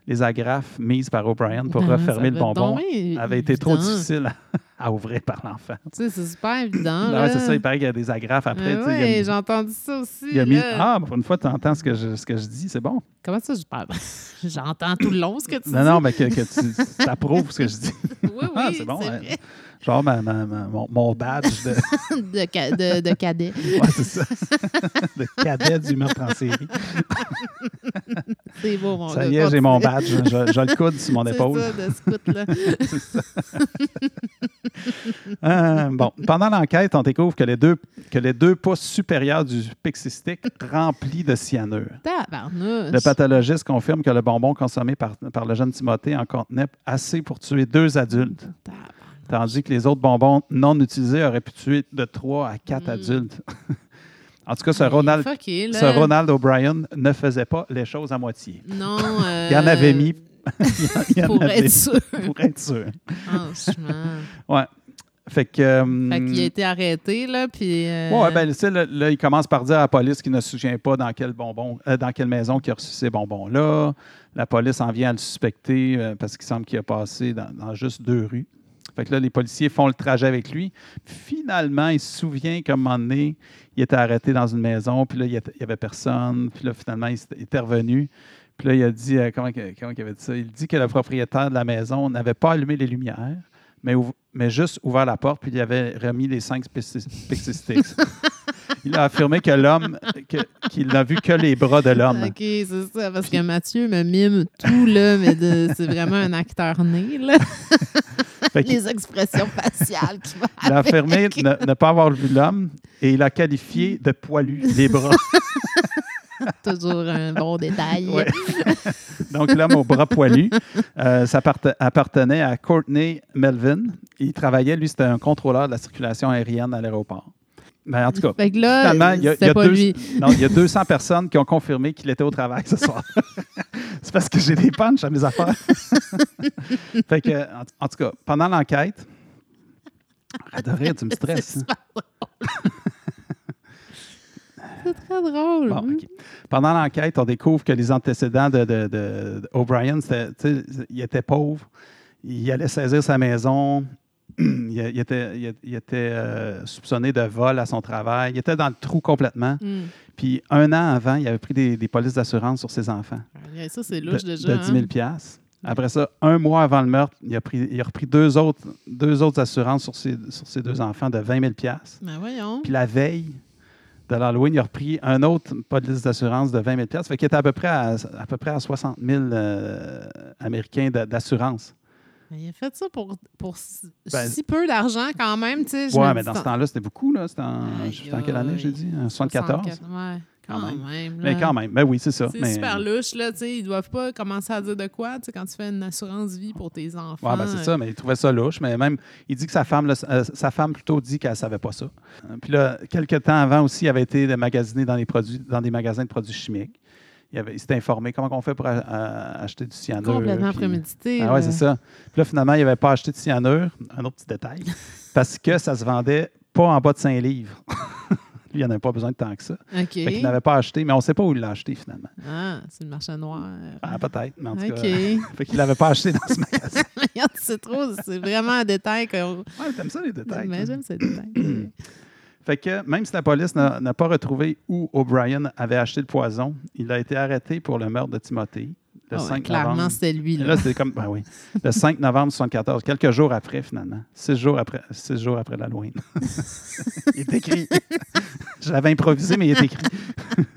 les agrafes mises par O'Brien pour Ben, ça refermer le va bonbon donc bien avaient été trop évident. difficiles à, à ouvrir par l'enfant. Tu sais, c'est super évident. Ah ouais, c'est là. ça, il paraît qu'il y a des agrafes après. Ah tu sais, il y a ouais, une- j'ai entendu ça aussi. il a mis, là. ah, pour une fois, tu entends ce que, je, ce que je dis, c'est bon. Comment ça, je parle? J'entends tout le long ce que tu Non, dis. non, mais que, que tu approuves ce que je dis. Oui, oui, Ah, c'est bon. hein. vrai. Genre ma- ma- ma- mon, mon badge de, De, ca- de, de cadet. hein. ouais, c'est ça. de cadet du meurtre en série. C'est beau, mon ça gars. y est, j'ai mon badge. Je, je le coude sur mon C'est épaule. ça, de scout, là. Euh, bon, pendant l'enquête, on découvre que les deux, que les deux pouces supérieurs du pixie stick remplis de cyanure. Tabarnouche. Le pathologiste confirme que le bonbon consommé par, par le jeune Timothée en contenait assez pour tuer deux adultes. Tabarnouche. Tandis que les autres bonbons non utilisés auraient pu tuer de 3 à 4 Mm. adultes. en tout cas, ce Ronald, Fucké, là. ce Ronald O'Brien ne faisait pas les choses à moitié. Non. euh, Il en avait mis Il y en pour a être des- sûr. Pour être sûr. Franchement. Fait que. euh, Fait qu'il a été arrêté, là, puis... euh, Ouais, ouais, ben, tu sais, là, là, il commence par dire à la police qu'il ne se souvient pas dans quel bonbon, euh, dans quelle maison qu'il a reçu ces bonbons-là. La police en vient à le suspecter euh, parce qu'il semble qu'il a passé dans, dans juste deux rues. Fait que là, les policiers font le trajet avec lui. Finalement, il se souvient qu'à un moment donné, il était arrêté dans une maison, puis là, il n'y avait personne. Puis là, finalement, il s'est- il était revenu. Puis là, il a dit, euh, comment, que- comment il avait dit ça? Il dit que le propriétaire de la maison n'avait pas allumé les lumières, mais, ouv- mais juste ouvert la porte, puis il avait remis les cinq pixie pixie sticks. il a affirmé que l'homme, que- qu'il n'a vu que les bras de l'homme. OK, c'est ça, parce que Mathieu me mime tout, là, mais de- c'est vraiment un acteur né, là. Fait qu'il- Les expressions faciales qui va Il a avec. affirmé ne, ne pas avoir vu l'homme et il a qualifié de poilu les bras. Toujours un bon détail. Ouais. Donc, l'homme aux bras poilus, euh, ça parte- appartenait à Courtney Melvin. Il travaillait, lui, c'était un contrôleur de la circulation aérienne à l'aéroport. Mais en tout cas, Fait que là, finalement, il y a, il y c'était a pas deux- lui. non, il y a 200 personnes qui ont confirmé qu'il était au travail ce soir. C'est parce que j'ai des punchs à mes affaires. fait que, en, en tout cas, pendant l'enquête, arrête de rire, tu me stresses. hein. C'est très Ah, drôle. Bon, OK. Pendant l'enquête, on découvre que les antécédents de, de- de- de O'Brien, c'était- tu sais, il était pauvre, il allait saisir sa maison, il, il était, il- il était, euh, soupçonné de vol à son travail, il était dans le trou complètement. Hmm. Puis un an avant, il avait pris des, des polices d'assurance sur ses enfants Hum. Ouais, Ça, c'est de, louche déjà. de 10 000 hein. piastres. Après ça, un mois avant le meurtre, il a, pris, il a repris deux autres, deux autres assurances sur ses, sur ses deux enfants de 20 000 piastres. Ben voyons. Puis la veille de l'Halloween, il a repris un autre police d'assurance de 20 000 Fait qu'il était à peu près à, à peu près à 60 000 euh, Américains d'a- d'assurance. Mais Ben, il a fait ça pour, pour si, Ben, si peu d'argent quand même, tu sais. je Ouais, me mais dis dans ce tant- temps-là, c'était beaucoup. Là. C'était en, Aïe, c'était en quelle année, aïe. j'ai dit? En 74? Ouais, Quand quand, même. même. Mais là. quand même. Ben oui, c'est ça. C'est mais- super louche, là, tu sais, ils doivent pas commencer à dire de quoi, tu sais, quand tu fais une assurance vie pour tes enfants. euh, Ouais, ben c'est ça, mais il trouvait ça louche. Mais même, il dit que sa femme, là, euh, sa femme plutôt dit qu'elle savait pas ça. Euh, Puis là, quelques temps avant aussi, il avait été magasiné dans, les produits, dans des magasins de produits chimiques. Il, avait- il s'était informé comment on fait pour a- a- acheter du euh, cyanure. Complètement puis- prémédité. Ah ouais, là. c'est ça. Puis là, finalement, il n'avait pas acheté de cyanure, un autre petit détail, parce que ça se vendait pas en bas de 5 livres. Lui, il n'en avait pas besoin de tant que ça. OK. Fait qu'il n'avait pas acheté, mais on ne sait pas où il l'a acheté finalement. Ah, c'est le marché noir. Ah, peut-être, mais en tout OK. cas. Fait qu'il l'avait pas acheté dans ce magasin. Regarde, c'est trop, c'est vraiment un détail que. Ouais, t'aimes ça les détails. Mais toi. j'aime ce détail. Fait que même si la police n'a n'a pas retrouvé où O'Brien avait acheté le poison, il a été arrêté pour le meurtre de Timothée le Ah ouais, 5 clairement, novembre. c'était lui, Et là. Là, c'est comme. Ben oui. Le 5 novembre 1974, quelques jours après, finalement. Six jours après, six jours après l'Halloween. il est écrit. Je l'avais improvisé, mais il est écrit.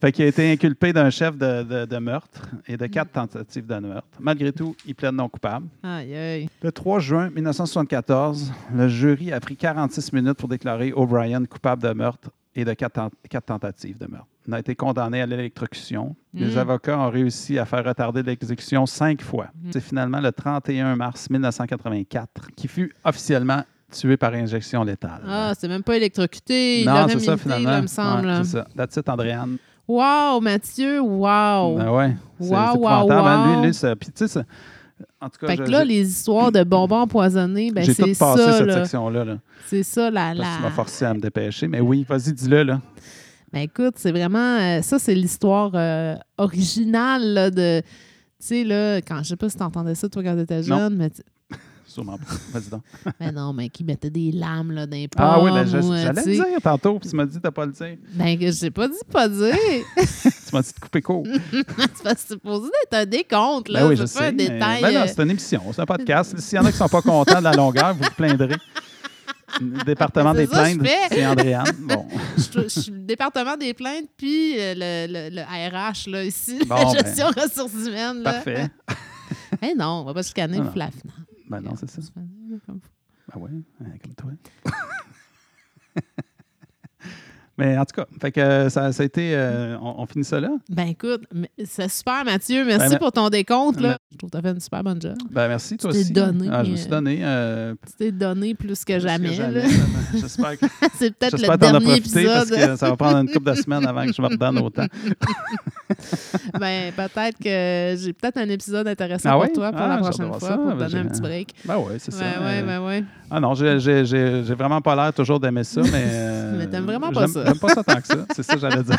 fait qu'il a été inculpé d'un chef de, de- de meurtre et de quatre tentatives de meurtre. Malgré tout, il plaide non coupable. Aïe, aïe. Le 3 juin 1974, le jury a pris 46 minutes pour déclarer O'Brien coupable de meurtre et de quatre, ten- quatre tentatives de meurtre. Il a été condamné à l'électrocution. Les Mm. avocats ont réussi à faire retarder l'exécution cinq fois. Mm-hmm. C'est finalement le 31 mars 1984 qui fut officiellement tué par injection létale. Ah, c'est même pas électrocuté. Il Euh, non, l'aurait c'est ça milité, finalement. là, me Ouais, semble. c'est ça. That's it, Andréane. wow, Mathieu, wow. Ben ouais. C'est Oh. Wow, c'est wow, épouvantable, hein. wow. Lui, lui, ça- Puis tu sais, ça- en tout cas, fait que je- là, je- les histoires de bonbons empoisonnés, ben j'ai tout c'est passé ça, cette là. section-là. là C'est ça, la. Parce que la... tu m'as forcé à me dépêcher. Mais oui, vas-y, dis-le, là. Ben écoute, c'est vraiment. euh, ça, c'est l'histoire euh, originale là, de. Tu sais, là, quand je sais pas si t'entendais ça, toi, quand t'étais Non. jeune, mais. tu- Sûrement pas. Vas-y donc. Ben non, mais qui mettait des lames, là, dans les pommes. Ah oui, ben, je- ou, euh, j'allais tu sais. le dire tantôt, puis tu m'as dit de ne pas le dire. Ben, que j'ai pas dit pas dire. Tu m'as dit de couper court. c'est parce que c'est supposé être un décompte, là. Ben oui, c'est je pas sais. un mais- détail. ben non, euh, c'est une émission, c'est un podcast. S'il y en a qui ne sont pas contents de la longueur, vous vous plaindrez. Le département C'est des ça que je plaintes, fais. c'est Andréane. Bon, je, je suis le département des plaintes, puis euh, le, le- le RH, là, ici, Bon, ben. la gestion ressources humaines, là. parfait. Eh non, on va pas se scanner Non, pour la finale. Ben non, c'est ça. Ah Ben ouais, hein, comme toi. Mais en tout cas, fait que, euh, ça, ça a été. euh, on, on finit ça là. Ben écoute, mais c'est super, Mathieu. Merci Ben, mais- pour ton décompte. Là. Je trouve que tu fait une super bonne job. Ben, merci, toi t'es aussi. donné, Ah, je me suis euh, donné. euh, Tu t'es donné plus que plus que jamais. là. vraiment. J'espère que c'est peut-être j'espère le que t'en as dernier profité parce épisode. que ça va prendre une couple de semaines avant que je me redonne autant. ben, peut-être que j'ai peut-être un épisode intéressant Ah pour ouais? toi pour la Ah, j'ai hâte de prochaine voir fois ça. pour te Ben, donner un j'ai- petit break. Ben oui, c'est Ouais, ça. ouais, euh, ben ouais. Ah non, j'ai- j'ai j'ai- j'ai vraiment pas l'air toujours d'aimer ça, mais. euh, Mais t'aimes vraiment pas j'aime- ça. J'aime pas ça tant que ça. C'est ça que j'allais dire.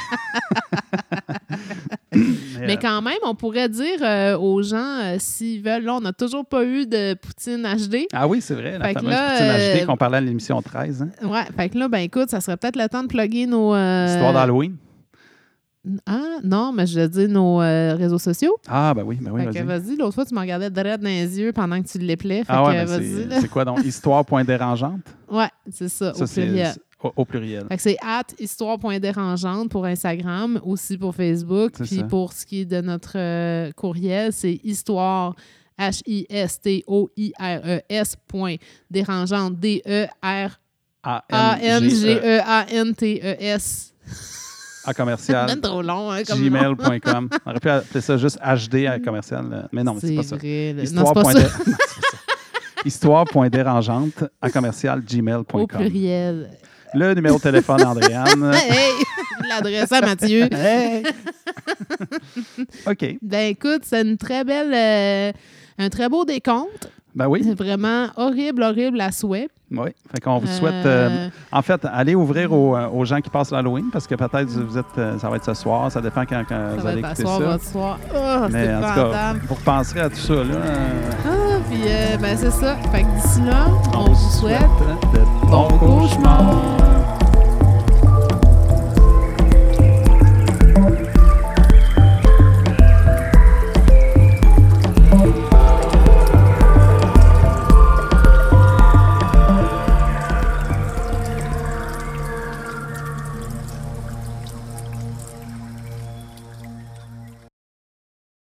Mais, euh, Mais quand même, on pourrait dire euh, aux gens euh, s'ils veulent. Là, on n'a toujours pas eu de Poutine HD. Ah oui, c'est vrai, la Fait que fameuse là, poutine euh, HD qu'on parlait à l'émission 13, hein? Ouais, fait que là, ben écoute, ça serait peut-être le temps de plugger nos. euh, Histoire d'Halloween. Ah, non, mais je veux dire nos euh, réseaux sociaux. Ah, ben oui, ben oui, fait que vas-y. vas-y, l'autre fois, tu me regardais droit dans les yeux pendant que tu l'éplais. Fait Ah ouais, que ben vas-y. c'est- là. c'est quoi donc? Histoire.dérangeante? Ouais, c'est ça, Ça, au c'est pluriel. c'est- au, au pluriel. Fait que c'est at histoire.dérangeante pour Instagram, aussi pour Facebook. C'est Puis ça. pour ce qui est de notre euh, courriel, c'est histoire H-I-S-T-O-I-R-E-S E point dérangeante E E A-M-G-E. D-E-R-A-N-G-E-A-N-T-E-S. À C'est commercial. même E trop long, hein, comme nom. gmail.com. On aurait pu appeler ça juste HD à commercial. là. Mais non, mais c'est pas ça. vrai, là. Non, Histoire c'est pas point ça. dé- Non, c'est pas ça. Histoire.dérangeante à commercial Au gmail.com. pluriel. Le numéro de téléphone d'Andréane. Hey, l'adresse à Mathieu. Hey! OK. Ben écoute, c'est une très belle, euh, un très beau décompte. Ben oui. Vraiment horrible, horrible à souhait. Oui. Fait qu'on vous souhaite. euh, Euh, En fait, allez ouvrir aux, euh, aux gens qui passent l'Halloween parce que peut-être vous êtes, euh, ça va être ce soir, ça dépend quand, ça quand vous va allez être à écouter soir, ça. votre soir. Oh, c'est Mais en tout cas, épouvantable. vous repenserez à tout ça. Là, euh, Ah, puis euh, ben c'est ça. Fait que d'ici là, on, on vous souhaite de bons cauchemars.